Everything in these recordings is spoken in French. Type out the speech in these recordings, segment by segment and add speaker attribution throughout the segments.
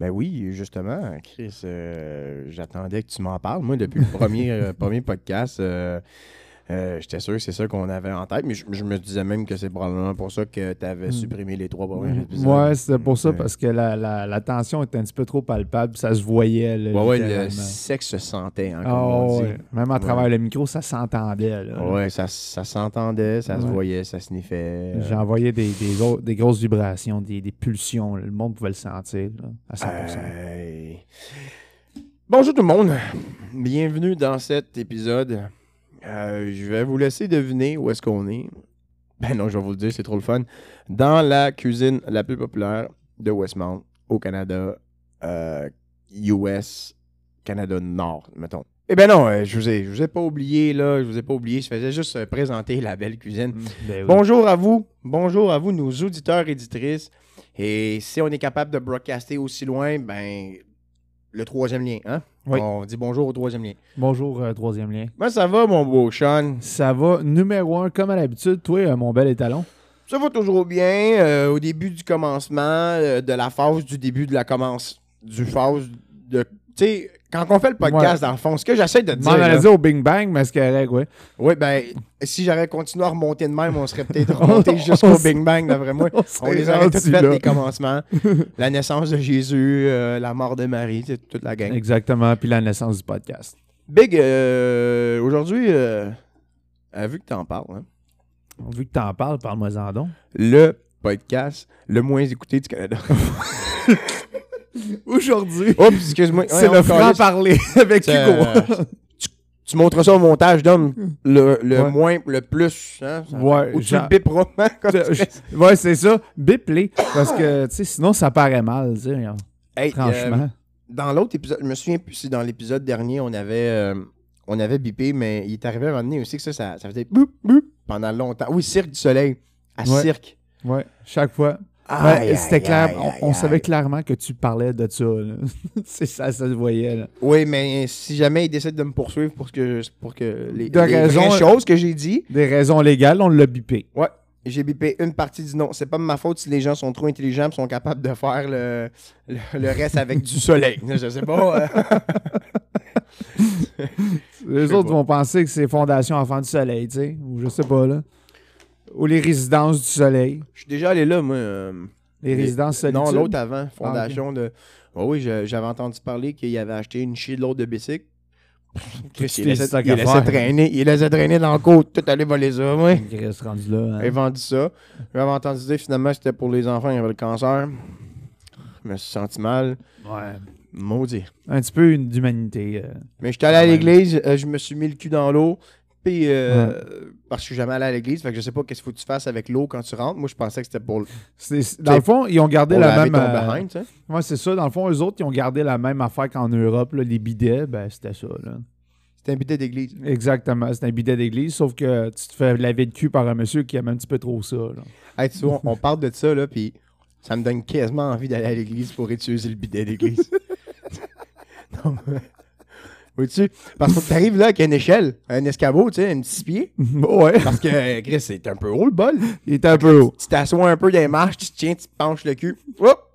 Speaker 1: Ben oui, justement, Chris, euh, j'attendais que tu m'en parles. Moi, depuis le premier, euh, premier podcast, euh, euh, j'étais sûr que c'est ça qu'on avait en tête, mais je, je me disais même que c'est probablement pour ça que tu avais
Speaker 2: Mm.
Speaker 1: supprimé les trois premiers épisodes.
Speaker 2: Ouais, c'était pour ça,
Speaker 1: Ouais.
Speaker 2: parce que la, la, la tension était un petit peu trop palpable, ça se voyait. Là,
Speaker 1: Ouais, ouais, le
Speaker 2: littéralement.
Speaker 1: sexe se sentait, hein, comme
Speaker 2: Ah,
Speaker 1: on dit.
Speaker 2: ouais. Même à travers le micro, ça s'entendait. là.
Speaker 1: Ouais, ça, ça s'entendait, ça se
Speaker 2: Ouais.
Speaker 1: voyait, ça sniffait.
Speaker 2: J'ai envoyé des, des, gros- des grosses vibrations, des, des pulsions. là. Le monde pouvait le sentir là, à 100%.
Speaker 1: Euh, Bonjour tout le monde. Bienvenue dans cet épisode. Euh, je vais vous laisser deviner où est-ce qu'on est. Ben non, je vais vous le dire, c'est trop le fun. Dans la cuisine la plus populaire de Westmount, au Canada, euh, US, Canada Nord, mettons. Eh ben non, euh, je vous ai, je vous ai pas oublié là, je vous ai pas oublié. Je faisais juste euh, présenter la belle cuisine.
Speaker 2: Ben oui.
Speaker 1: Bonjour à vous, bonjour à vous, nos auditeurs, éditrices. Et si on est capable de broadcaster aussi loin, ben le troisième lien, hein?
Speaker 2: Oui.
Speaker 1: On dit bonjour au troisième lien.
Speaker 2: Bonjour, euh, troisième lien.
Speaker 1: Moi, ça va, mon beau Sean?
Speaker 2: Ça va numéro un, comme à l'habitude. Toi, euh, mon bel étalon.
Speaker 1: Ça va toujours bien. euh, au début du commencement, euh, de la phase du début de la commence, du phase de. Tu sais, quand on fait le podcast, dans le fond, ce que j'essaie de te
Speaker 2: M'en
Speaker 1: dire. là-
Speaker 2: allais dire au Bing Bang, mais c'est correct, ouais.
Speaker 1: Oui, ben, si j'aurais continué à remonter de même, on serait peut-être
Speaker 2: On-
Speaker 1: remonté
Speaker 2: on
Speaker 1: jusqu'au
Speaker 2: s-
Speaker 1: Big Bang, d'après moi.
Speaker 2: s'est
Speaker 1: On les aurait
Speaker 2: rendu
Speaker 1: toutes faites,
Speaker 2: là.
Speaker 1: les commencements. La naissance de Jésus, euh, la mort de Marie, c'est toute la gang.
Speaker 2: Exactement, puis la naissance du podcast.
Speaker 1: Big, euh, aujourd'hui, euh, euh, vu que t'en parles, hein,
Speaker 2: Vu que t'en parles, parle-moi-en donc.
Speaker 1: le podcast le moins écouté du Canada.
Speaker 2: Aujourd'hui,
Speaker 1: Oups, excuse-moi. Ouais,
Speaker 2: c'est
Speaker 1: on
Speaker 2: le
Speaker 1: calisse.
Speaker 2: franc-parler avec
Speaker 1: C'est,
Speaker 2: Hugo.
Speaker 1: euh, tu, tu montres ça au montage d'homme, le, le
Speaker 2: Ouais.
Speaker 1: moins, le plus. Hein, ça-
Speaker 2: Ouais,
Speaker 1: ou tu le
Speaker 2: genre-
Speaker 1: biperas, hein, comme tu fais.
Speaker 2: Je- ouais, c'est ça. Bip-les. Parce que, tu sais, sinon, ça paraît mal, tu sais, hein,
Speaker 1: Hey, euh,
Speaker 2: franchement.
Speaker 1: dans l'autre épisode, je me souviens plus si dans l'épisode dernier, on avait, euh, on avait bipé, mais il est arrivé à un moment donné aussi que ça, ça, ça faisait boum, boum pendant longtemps. Oui, Cirque du Soleil, à
Speaker 2: Ouais.
Speaker 1: Cirque.
Speaker 2: ouais, chaque fois. Ouais, c'était clair. on on savait clairement que tu parlais de ça. là. c'est ça, ça se voyait. là.
Speaker 1: Oui, mais si jamais ils décident de me poursuivre pour que, pour que les,
Speaker 2: De
Speaker 1: les
Speaker 2: raison,
Speaker 1: vraies
Speaker 2: euh,
Speaker 1: choses que j'ai dit,
Speaker 2: Des raisons légales, on l'a bipé.
Speaker 1: ouais, j'ai bipé une partie du nom. C'est pas de ma faute si les gens sont trop intelligents et sont capables de faire le, le, le reste avec du soleil. Je sais pas. euh, Je
Speaker 2: Les
Speaker 1: sais
Speaker 2: autres
Speaker 1: pas.
Speaker 2: vont penser que c'est Fondation Enfants du Soleil, tu sais, ou je sais pas, là. Ou les résidences du Soleil.
Speaker 1: je suis déjà allé là, moi. euh,
Speaker 2: Les
Speaker 1: Les-
Speaker 2: résidences solitude. Ah,
Speaker 1: Non, l'autre avant, fondation de. Oh oui, je- j'avais entendu parler qu'il avait acheté une chier de l'autre de bicycle. Chris,
Speaker 2: tes
Speaker 1: il laissait,
Speaker 2: sacs
Speaker 1: il
Speaker 2: à
Speaker 1: laissait
Speaker 2: faire.
Speaker 1: traîner, il laissait traîner dans le côte, tout allait voler ça, moi.
Speaker 2: Il reste rendu là.
Speaker 1: J'ai
Speaker 2: hein.
Speaker 1: vendu ça. J'avais entendu dire finalement que c'était pour les enfants qui avaient le cancer. Je me suis senti mal.
Speaker 2: Ouais.
Speaker 1: Maudit.
Speaker 2: Un petit peu une d'humanité. euh.
Speaker 1: Mais j'étais allé à
Speaker 2: Quand même.
Speaker 1: l'église, euh, je me suis mis le cul dans l'eau. Puis, euh, parce que je suis jamais allé à l'église, fait que je sais pas qu'est-ce qu'il faut que tu fasses avec l'eau quand tu rentres. Moi, je pensais que c'était pour, pour
Speaker 2: C'est- c'est- Dans le fond, ils ont gardé la
Speaker 1: laver
Speaker 2: même.
Speaker 1: ton
Speaker 2: euh,
Speaker 1: behind, tu sais.
Speaker 2: ouais, c'est ça. Dans le fond, eux autres, ils ont gardé la même affaire qu'en Europe. là, les bidets, ben, c'était ça. là.
Speaker 1: C'était un bidet d'église.
Speaker 2: Exactement. C'est un bidet d'église, sauf que tu te fais laver le cul par un monsieur qui aime un petit peu trop ça. là.
Speaker 1: Hey, tu vois, on parle de ça, là, puis ça me donne quasiment envie d'aller à l'église pour utiliser le bidet d'église. non, mais... Vois-tu? Parce que t'arrives là avec une échelle, un escabeau, tu sais, un petit pied.
Speaker 2: ouais.
Speaker 1: Parce que, euh, Chris, c'est un peu haut le bol.
Speaker 2: Il était un peu haut.
Speaker 1: Tu t'assois un peu dans les marches, tu te tiens, tu te penches le cul. Hop!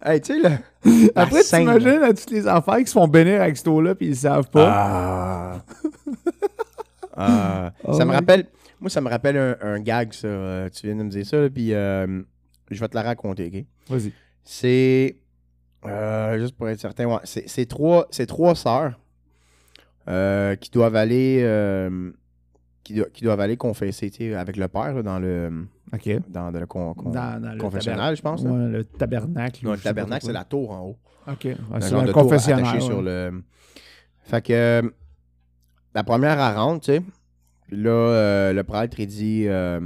Speaker 1: Hey, tu sais, là. la
Speaker 2: Après,
Speaker 1: scène, là.
Speaker 2: t'imagines à toutes les affaires qui se font bénir avec ce eau-là puis ils le savent pas.
Speaker 1: Ah! Ah.
Speaker 2: Oh
Speaker 1: ça me
Speaker 2: my
Speaker 1: rappelle. Moi, ça me rappelle un, un gag, ça. euh, tu viens de me dire ça, là, puis euh, je vais te la raconter, OK?
Speaker 2: Vas-y.
Speaker 1: C'est. euh, juste pour être certain, ouais, c'est c'est trois, c'est trois sœurs euh, qui doivent aller. euh, qui, do- qui doivent aller confesser tu sais, avec le père là, dans le
Speaker 2: OK.
Speaker 1: dans le con- con-
Speaker 2: Dans, dans le
Speaker 1: confessionnal, je pense.
Speaker 2: tabernacle.
Speaker 1: là.
Speaker 2: Ouais, hein. le tabernacle.
Speaker 1: Non,
Speaker 2: ou
Speaker 1: le
Speaker 2: je sais pas
Speaker 1: tabernacle, c'est
Speaker 2: trop
Speaker 1: la tour en haut.
Speaker 2: quoi. OK. Ouais,
Speaker 1: Un
Speaker 2: Ah, c'est
Speaker 1: genre
Speaker 2: un
Speaker 1: de tour
Speaker 2: confessionnal.
Speaker 1: attaché
Speaker 2: ouais.
Speaker 1: sur le. Fait que euh, la première à rentre, tu sais. Puis là, euh, le prêtre, il dit euh,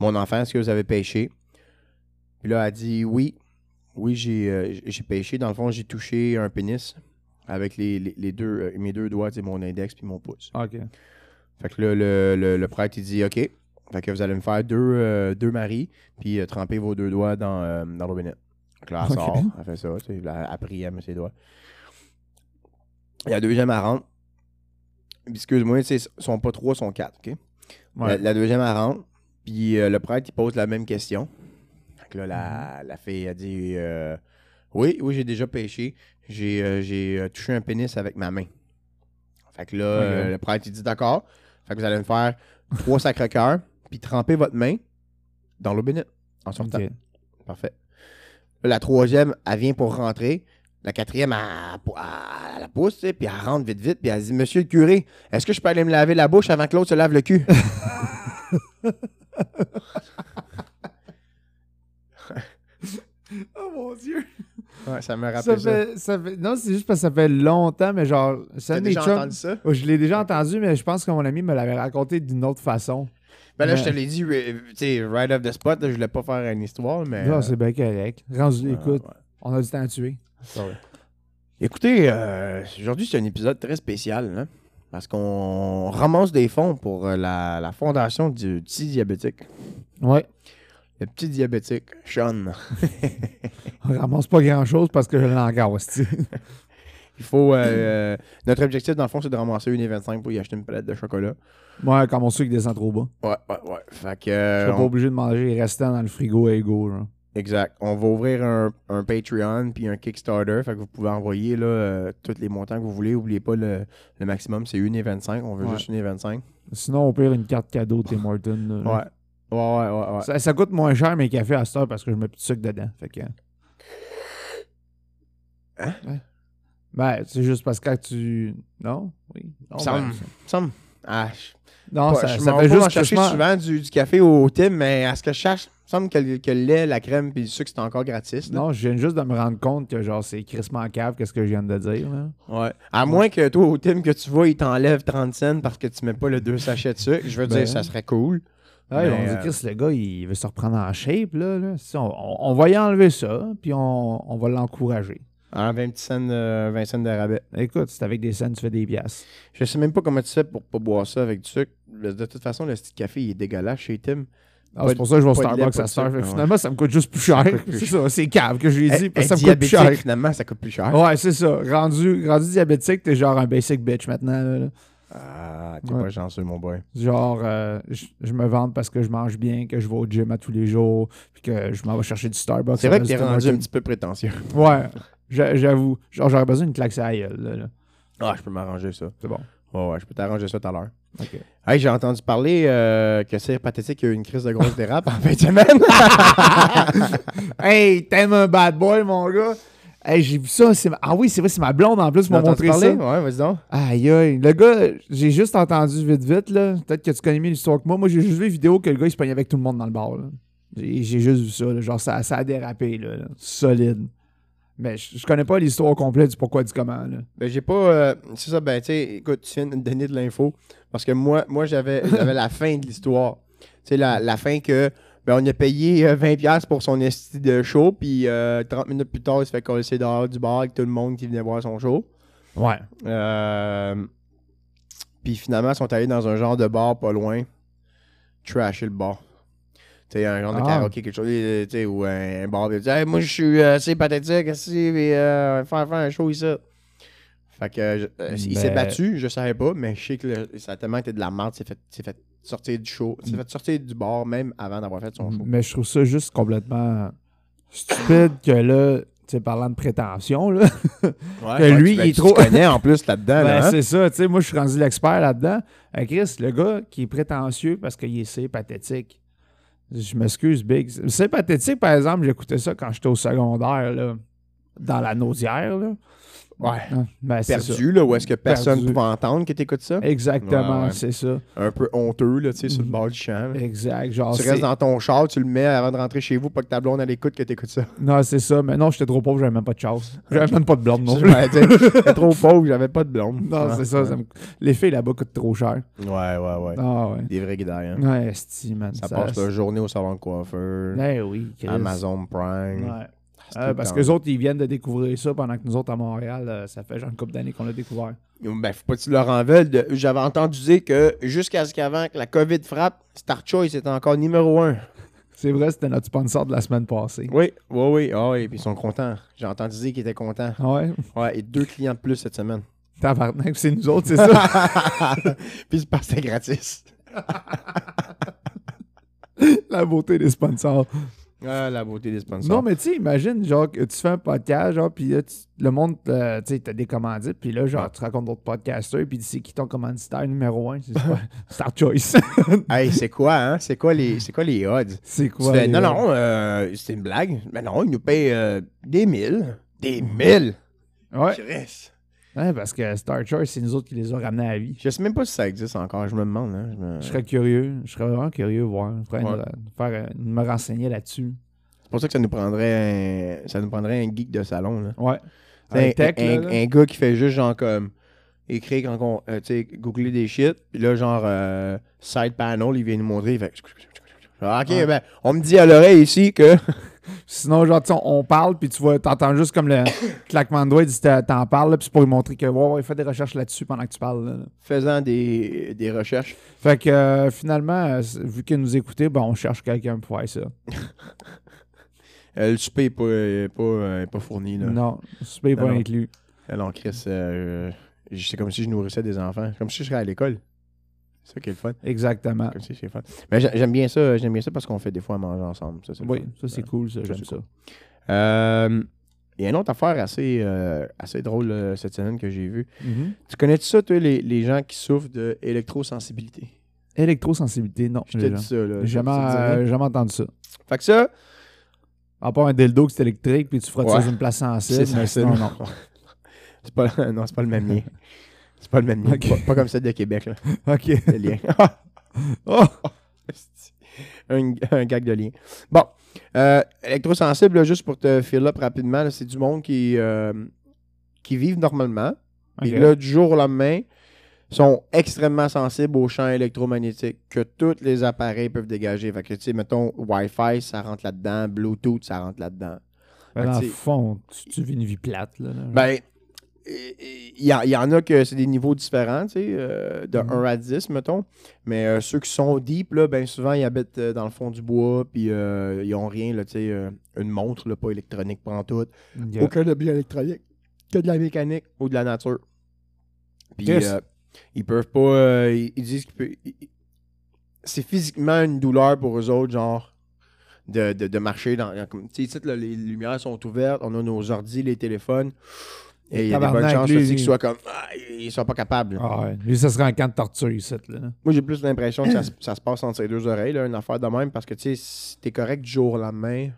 Speaker 1: Mon enfant, est-ce que vous avez péché Puis là, elle dit Oui. Oui, j'ai euh, j'ai- j'ai péché. Dans le fond, j'ai touché un pénis avec les, les- les deux, euh, mes deux doigts, tu sais, mon index puis mon pouce.
Speaker 2: OK.
Speaker 1: Fait que là, le, le- le prêtre, il dit OK. Fait que vous allez me faire deux, euh, deux maris, puis euh, tremper vos deux doigts dans, euh, dans l'eau bénite. Fait que là, elle
Speaker 2: Ok.
Speaker 1: sort, elle fait ça, tu sais, là, elle prie, elle met ses doigts. Et la deuxième, elle rentre. Puis, Excuse-moi, tu sais, sont pas trois, sont quatre, OK? La,
Speaker 2: Ouais.
Speaker 1: la deuxième, elle rentre,
Speaker 2: Mhm.
Speaker 1: puis euh, le prêtre, il pose la même question. Fait que là, la, la fille, elle dit euh, Oui, oui, j'ai déjà pêché. J'ai euh, j'ai, euh, touché un pénis avec ma main. Fait que là,
Speaker 2: Ok.
Speaker 1: euh, le prêtre, il dit d'accord. Fait que vous allez me faire trois sacre-cœurs, puis tremper votre main dans l'eau bénite en sortant.
Speaker 2: Ok.
Speaker 1: Parfait. La troisième, elle vient pour rentrer. La quatrième, elle, pou- elle- elle la pousse, tu sais, puis elle rentre vite, vite, puis elle dit Monsieur le curé, est-ce que je peux aller me laver la bouche avant que l'autre se lave le cul
Speaker 2: Oh mon dieu!
Speaker 1: Ouais, Ça me
Speaker 2: Ça
Speaker 1: rappelle ça.
Speaker 2: fait, ça fait- Non, c'est juste parce que ça fait longtemps, mais genre, ça
Speaker 1: T'as
Speaker 2: des
Speaker 1: déjà
Speaker 2: chums-
Speaker 1: entendu ça
Speaker 2: Oh, Je l'ai déjà entendu, mais je pense que mon ami me l'avait raconté d'une autre façon.
Speaker 1: Ben là,
Speaker 2: Mais-
Speaker 1: je te l'ai dit, euh, tu sais, right off the spot, là, je voulais pas faire une histoire, mais.
Speaker 2: Là,
Speaker 1: euh,
Speaker 2: c'est bien correct. Rendu,
Speaker 1: ouais,
Speaker 2: écoute,
Speaker 1: ouais.
Speaker 2: on a du temps à tuer.
Speaker 1: Écoutez, euh, aujourd'hui, c'est un épisode très spécial, hein, parce qu'on ramasse des fonds pour euh, la, la fondation du petit diabétique.
Speaker 2: Ouais.
Speaker 1: Le petit diabétique, Sean.
Speaker 2: On ramasse pas grand-chose parce que je l'angoisse, tu sais.
Speaker 1: Il faut.
Speaker 2: Hmm.
Speaker 1: euh, euh, notre objectif, dans le fond, c'est de ramasser une et 25 pour y acheter une palette de chocolat.
Speaker 2: Ouais, comme on sait qu'il descend trop bas.
Speaker 1: Ouais, ouais, ouais. Fait que.
Speaker 2: Je
Speaker 1: euh,
Speaker 2: serais pas
Speaker 1: on-
Speaker 2: obligé de manger les restants dans le frigo à ego, genre.
Speaker 1: Exact. On va ouvrir un, un Patreon puis un Kickstarter. Fait que vous pouvez envoyer là, euh, tous les montants que vous voulez. Oubliez pas le, le maximum, c'est 1,25. On veut
Speaker 2: Ouais.
Speaker 1: juste 1,25.
Speaker 2: Sinon, on pire une carte cadeau de Tim Hortons. là.
Speaker 1: Ouais. Ouais, ouais, ouais. ouais.
Speaker 2: Ça, ça coûte moins cher mes cafés à cette heure parce que je mets plus de sucre dedans. Fait que.
Speaker 1: Hein?
Speaker 2: Ouais. Ben, c'est juste parce que quand tu. Non? Oui. Non,
Speaker 1: Ça
Speaker 2: ben,
Speaker 1: me-
Speaker 2: ça-
Speaker 1: ça me- Ah, je
Speaker 2: non,
Speaker 1: pas-
Speaker 2: ça,
Speaker 1: je
Speaker 2: ça
Speaker 1: m'en vais
Speaker 2: fait
Speaker 1: pas en
Speaker 2: juste que je
Speaker 1: chercher
Speaker 2: m'en-
Speaker 1: souvent du, du café au Tim, mais à ce que je cherche, il me semble que, le- que le lait, la crème puis le sucre, c'est encore gratis. là.
Speaker 2: Non, je viens juste de me rendre compte que genre c'est crissement en cave, qu'est-ce que je viens de dire. là.
Speaker 1: Ouais. À moins que toi, au Tim, que tu vois, il t'enlève 30 cents parce que tu mets pas le deux sachets de sucre. Je veux
Speaker 2: Ben.
Speaker 1: dire, ça serait cool. Mais,
Speaker 2: Ouais, on
Speaker 1: euh,
Speaker 2: dit Chris, le gars, il veut se reprendre en shape, là. là. Si on, on- on va y enlever ça, puis on, on va l'encourager.
Speaker 1: En 20 petits cents, euh, 20 cents de rabais.
Speaker 2: Écoute, c'est avec des scènes, tu fais des piastres.
Speaker 1: Je sais même pas comment tu fais pour pas boire ça avec du sucre. De toute façon, le petit café, il est dégueulasse chez Tim.
Speaker 2: Ah,
Speaker 1: Pas
Speaker 2: c'est
Speaker 1: de-
Speaker 2: pour ça que je vais au
Speaker 1: pas de lait,
Speaker 2: Starbucks
Speaker 1: pas de
Speaker 2: à cette
Speaker 1: sucre,
Speaker 2: heure. Fait que
Speaker 1: ouais.
Speaker 2: Finalement, ça me coûte juste plus cher.
Speaker 1: coûte plus Eh,
Speaker 2: C'est ça, c'est cave que je lui ai dit, parce que ça me coûte plus
Speaker 1: diabétique,
Speaker 2: cher. Oh.
Speaker 1: finalement, ça coûte plus cher.
Speaker 2: Ouais, c'est ça. Rendu, rendu diabétique, t'es genre un basic bitch maintenant. là, là.
Speaker 1: Ah, t'es
Speaker 2: Ouais.
Speaker 1: pas chanceux, mon boy.
Speaker 2: Genre, euh, je je me vante parce que je mange bien, que je vais au gym à tous les jours, puis que je m'en vais chercher du Starbucks.
Speaker 1: C'est vrai
Speaker 2: à
Speaker 1: que t'es
Speaker 2: Tim
Speaker 1: rendu un
Speaker 2: Hortons.
Speaker 1: petit peu prétentieux.
Speaker 2: Ouais, j'a- j'avoue. Genre, j'aurais besoin d'une claque sur la gueule, là, là.
Speaker 1: Ah, je peux m'arranger ça.
Speaker 2: C'est bon.
Speaker 1: Ouais, ouais, je peux t'arranger ça tout à l'heure.
Speaker 2: OK.
Speaker 1: Hey, j'ai entendu parler euh, que c'est pathétique, il y a eu une crise de grosse dérape en fin de semaine.
Speaker 2: hey, t'aimes un bad boy, mon gars? Hey, j'ai vu ça. c'est ma- Ah oui, c'est vrai, c'est ma blonde en plus qui
Speaker 1: Tu m'as
Speaker 2: m'a
Speaker 1: entendu
Speaker 2: montré
Speaker 1: parler?
Speaker 2: ça.
Speaker 1: Ouais, vas-y donc.
Speaker 2: Aïe, aïe. Le gars, j'ai juste entendu vite, vite, là. Peut-être que tu connais mieux l'histoire que moi. Moi, j'ai juste vu une vidéo que le gars, il se pognait avec tout le monde dans le bar, là. J'ai j'ai juste vu ça, là. Genre, ça, ça a dérapé, là. là. Solide. Mais je je connais pas l'histoire complète du pourquoi, du comment, là.
Speaker 1: Ben, j'ai pas. euh, c'est ça, ben, tu sais, écoute, tu viens de me donner de l'info. Parce que moi, moi j'avais, j'avais la fin de l'histoire. Tu sais, la, la fin que. Ben, on a payé euh, 20$ pour son esti de show, puis euh, 30 minutes plus tard, il se fait coller dehors du bar avec tout le monde qui venait voir son show.
Speaker 2: Ouais.
Speaker 1: Euh, puis finalement, ils sont allés dans un genre de bar pas loin, trasher le bar. Tu sais, un genre de
Speaker 2: Ah.
Speaker 1: karaoké, quelque chose, euh, tu sais, ou un, un bar. puis ils disent, Hey, moi, je suis euh, assez pathétique, assez, mais euh, on va faire, faire un show ici. Fait que, euh, je- euh, il s'est
Speaker 2: Ben-
Speaker 1: battu, je savais pas, mais je sais que le- ça a tellement été de la merde, s'est fait, s'est fait sortir du show,
Speaker 2: Mm.
Speaker 1: s'est fait sortir du bar même avant d'avoir fait son show.
Speaker 2: Mais je trouve ça juste complètement stupide que là, tu sais, parlant de prétention, là.
Speaker 1: Ouais,
Speaker 2: Que Ben, lui, il est trop-
Speaker 1: connais en plus là-dedans,
Speaker 2: Ben,
Speaker 1: là, hein?
Speaker 2: c'est ça, tu sais, moi je suis rendu l'expert là-dedans. Euh, Chris, le gars qui est prétentieux parce qu'il est c'est pathétique. Je m'excuse, Big. C'est pathétique, par exemple, j'écoutais ça quand j'étais au secondaire, là, dans la nausière. Là.
Speaker 1: Ouais.
Speaker 2: Hein, Ben, c'est ça.
Speaker 1: Perdu, là, où est-ce que personne
Speaker 2: Perdu.
Speaker 1: pouvait entendre que t'écoutes ça?
Speaker 2: Exactement,
Speaker 1: Ouais, ouais.
Speaker 2: c'est ça.
Speaker 1: Un peu honteux, là, tu sais, sur le bord du champ. là.
Speaker 2: Exact. Genre,
Speaker 1: Tu
Speaker 2: c'est-
Speaker 1: restes dans ton char, tu le mets avant de rentrer chez vous, pas que ta blonde elle écoute que t'écoutes ça.
Speaker 2: Non, c'est ça. Mais non, j'étais trop pauvre, j'avais même pas de chance. J'avais même pas de blonde, non.
Speaker 1: Je me disais, J'étais trop pauvre, j'avais pas de blonde.
Speaker 2: non,
Speaker 1: Ah,
Speaker 2: c'est ça. ça me- Les filles là-bas coûtent trop cher.
Speaker 1: Ouais, ouais, ouais.
Speaker 2: Ah ouais.
Speaker 1: Des vrais guidailles, hein.
Speaker 2: Ouais, esti, man.
Speaker 1: Ça passe la journée au salon de coiffeur,
Speaker 2: Ben oui, Chris.
Speaker 1: Amazon Prime.
Speaker 2: Ouais.
Speaker 1: C'est
Speaker 2: Euh,
Speaker 1: tout le
Speaker 2: parce
Speaker 1: temps.
Speaker 2: que les autres, ils viennent de découvrir ça pendant que nous autres à Montréal, euh, ça fait genre une couple d'années qu'on l'a découvert.
Speaker 1: Ben, faut pas que tu leur en veuilles. de- J'avais entendu dire que jusqu'à ce qu'avant que la COVID frappe, Star Choice était encore numéro un.
Speaker 2: C'est vrai, c'était notre sponsor de la semaine passée.
Speaker 1: Oui, oui, oui. Ah oui, puis ils sont contents. J'ai entendu dire qu'ils étaient contents.
Speaker 2: Ouais,
Speaker 1: Ouais, et deux clients de plus cette semaine.
Speaker 2: tabarnak, c'est nous autres, c'est ça.
Speaker 1: puis c'est parce que c'était gratis.
Speaker 2: la beauté des sponsors.
Speaker 1: Ah, la beauté des sponsors.
Speaker 2: Non, mais tu sais, imagine, genre, que tu fais un podcast, genre, puis là, tu- le monde, euh, tu sais, t'as des commandites, puis là, genre, tu racontes d'autres podcasteurs, puis c'est qui ton commanditaire numéro un? C'est pas- Star Choice.
Speaker 1: Hey, c'est quoi, hein? C'est quoi les, c'est quoi les odds?
Speaker 2: c'est
Speaker 1: Tu
Speaker 2: quoi?
Speaker 1: fais, non,
Speaker 2: les-
Speaker 1: non, euh, c'est une blague. Mais non, ils nous payent euh, des mille. Des mille?
Speaker 2: Ouais.
Speaker 1: Chris.
Speaker 2: Ouais, parce que Star Choice, c'est nous autres qui les a ramenés à la vie.
Speaker 1: Je sais même pas si ça existe encore, je me demande. Hein? Je me-
Speaker 2: Je serais curieux, je serais vraiment curieux de voir, de faire,
Speaker 1: Ouais.
Speaker 2: euh, de me renseigner là-dessus.
Speaker 1: C'est pour ça que ça nous prendrait un, ça nous prendrait un geek de salon. Là.
Speaker 2: Ouais.
Speaker 1: Un,
Speaker 2: Un tech,
Speaker 1: un-
Speaker 2: là, là.
Speaker 1: un gars qui fait juste genre comme écrire quand on, euh, tu sais, googler des shit, puis là, genre, euh, side panel, il vient nous montrer, il fait. Ah, Ok,
Speaker 2: Ouais.
Speaker 1: ben, on me dit à l'oreille ici que.
Speaker 2: Sinon, genre, tu sais, on, on parle, puis tu vois, t'entends juste comme le claquement de doigts, il dit, t'en t'en parles, là, puis c'est pour lui montrer que, ouais, ouais, fais des recherches là-dessus pendant que tu parles. là.
Speaker 1: Faisant des, des recherches.
Speaker 2: Fait que, euh, finalement, euh, c'est- vu qu'il nous écoutait, ben, on cherche quelqu'un pour faire ça.
Speaker 1: Euh, le souper n'est pas, est pas, euh, est pas fourni. Là.
Speaker 2: Non, super
Speaker 1: Non,
Speaker 2: pas
Speaker 1: non.
Speaker 2: inclus.
Speaker 1: Ah non, Chris, euh, je- c'est comme si je nourrissais des enfants. Comme si je serais à l'école. C'est ça qui est le fun.
Speaker 2: Exactement.
Speaker 1: Comme si c'est le fun. Mais j'a- j'aime bien ça, j'aime bien ça parce qu'on fait des fois à manger ensemble. Ça, c'est le
Speaker 2: Oui,
Speaker 1: fun.
Speaker 2: ça c'est cool, ça, j'aime ça.
Speaker 1: Euh, Il y a une autre affaire assez, euh, assez drôle euh, cette semaine que j'ai vue.
Speaker 2: Mhm.
Speaker 1: Tu connais ça, toi, les, les gens qui souffrent d'électrosensibilité?
Speaker 2: Électrosensibilité, non.
Speaker 1: Je te
Speaker 2: les
Speaker 1: dis
Speaker 2: gens.
Speaker 1: ça, là.
Speaker 2: J'ai jamais,
Speaker 1: Ça te dit rien?
Speaker 2: euh, jamais entendu ça.
Speaker 1: Fait que ça,
Speaker 2: À part un dildo qui est électrique, puis tu frottes
Speaker 1: Ouais.
Speaker 2: ça sur une place sensible.
Speaker 1: c'est
Speaker 2: mais
Speaker 1: ça.
Speaker 2: sinon,
Speaker 1: Non, non. C'est pas, non, c'est pas le même lien. C'est pas le même lien.
Speaker 2: Ok.
Speaker 1: Pas, pas comme celle de Québec, là.
Speaker 2: non. OK.
Speaker 1: Le lien.
Speaker 2: Oh!
Speaker 1: un, un gag de lien. Bon, euh, électrosensible, là, juste pour te fill up rapidement, là, c'est du monde qui, euh, qui vivent normalement. Et
Speaker 2: Ok.
Speaker 1: là, du jour au lendemain, sont extrêmement sensibles aux champs électromagnétiques que tous les appareils peuvent dégager. Fait que, tu sais, mettons, Wi-Fi, ça rentre là-dedans, Bluetooth, ça rentre là-dedans.
Speaker 2: Ben, dans
Speaker 1: tu
Speaker 2: le
Speaker 1: sais-
Speaker 2: fond, tu, tu vis une vie plate, là. là.
Speaker 1: Ben, il y, a- y en a que c'est des niveaux différents, tu sais, euh, de
Speaker 2: Mhm.
Speaker 1: 1 à 10, mettons. Mais euh, ceux qui sont deep, là, ben souvent, ils habitent euh, dans le fond du bois, puis euh, ils ont rien, là, tu sais, euh, une montre, là, pas électronique, pas en tout.
Speaker 2: Ok.
Speaker 1: Aucun objet électronique. Que de la mécanique ou de la nature. Puis,
Speaker 2: Yes.
Speaker 1: euh, ils peuvent pas. euh, ils, ils disent qu'ils peuvent- ils- ils- C'est physiquement une douleur pour eux autres, genre. De, de, de marcher dans. dans- comme- Tu sais, ici, là, les lumières sont ouvertes, on a nos ordi, les téléphones. Et il y a des bonnes
Speaker 2: Tabarnak,
Speaker 1: chances
Speaker 2: lui,
Speaker 1: aussi qu'ils
Speaker 2: lui.
Speaker 1: soient comme. Ah, ils sont pas capables.
Speaker 2: Ah ouais. Lui, ça serait un camp de torture, ici, là.
Speaker 1: Moi, j'ai plus l'impression que ça, se- ça se passe entre ses deux oreilles, là, une affaire de même, parce que, tu sais, si t'es correct du jour au lendemain,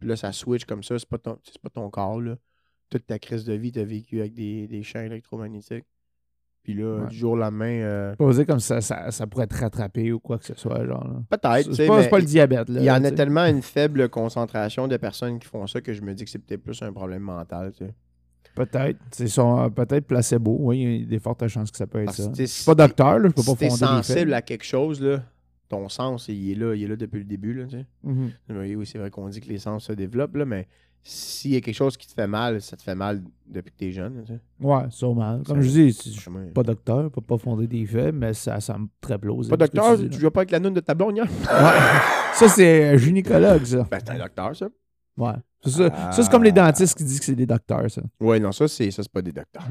Speaker 1: puis là, ça switch comme ça, c'est pas ton, c'est pas ton corps, là. Toute ta crise de vie, t'as vécu avec des, des champs électromagnétiques. Puis là,
Speaker 2: Ouais.
Speaker 1: du jour au lendemain, euh,
Speaker 2: Pas dire comme ça, ça, ça pourrait te rattraper ou quoi que ce soit, genre. là.
Speaker 1: peut-être, tu
Speaker 2: C'est
Speaker 1: sais,
Speaker 2: pas,
Speaker 1: mais
Speaker 2: c'est pas le diabète, là.
Speaker 1: il y en a
Speaker 2: tu sais.
Speaker 1: tellement une faible concentration de personnes qui font ça que je me dis que c'est peut-être plus un problème mental, tu sais.
Speaker 2: Peut-être. C'est son- euh, peut-être placebo. Oui, il y a des fortes chances que ça peut être
Speaker 1: Parce que,
Speaker 2: ça.
Speaker 1: tu sais,
Speaker 2: Je suis
Speaker 1: si
Speaker 2: pas
Speaker 1: t'es-
Speaker 2: docteur, là. Je peux
Speaker 1: si
Speaker 2: pas
Speaker 1: t'es
Speaker 2: fonder des faits.
Speaker 1: Ah, sensible à quelque chose, là, ton sens, il est là, il est là depuis le début, là, tu sais.
Speaker 2: Mhm.
Speaker 1: Oui, oui, c'est vrai qu'on dit que les sens se développent, là, mais s'il y a quelque chose qui te fait mal, ça te fait mal depuis que t'es jeune. là, tu sais.
Speaker 2: Ouais, sûrement. Comme je dis, si je suis pas docteur, je peux pas fonder des faits, mais ça semble très plausible.
Speaker 1: Pas
Speaker 2: ce que
Speaker 1: docteur,
Speaker 2: tu
Speaker 1: tu
Speaker 2: dis, là.
Speaker 1: joues pas avec la noune de ta blonde, hein?
Speaker 2: Ça, c'est euh, gynécologue, ça.
Speaker 1: Ben, Ah. c'est un docteur, ça.
Speaker 2: Ouais. C'est Ça, ça, c'est comme les dentistes qui disent que c'est des docteurs, ça.
Speaker 1: Ouais, non, ça, c'est ça, c'est pas des docteurs.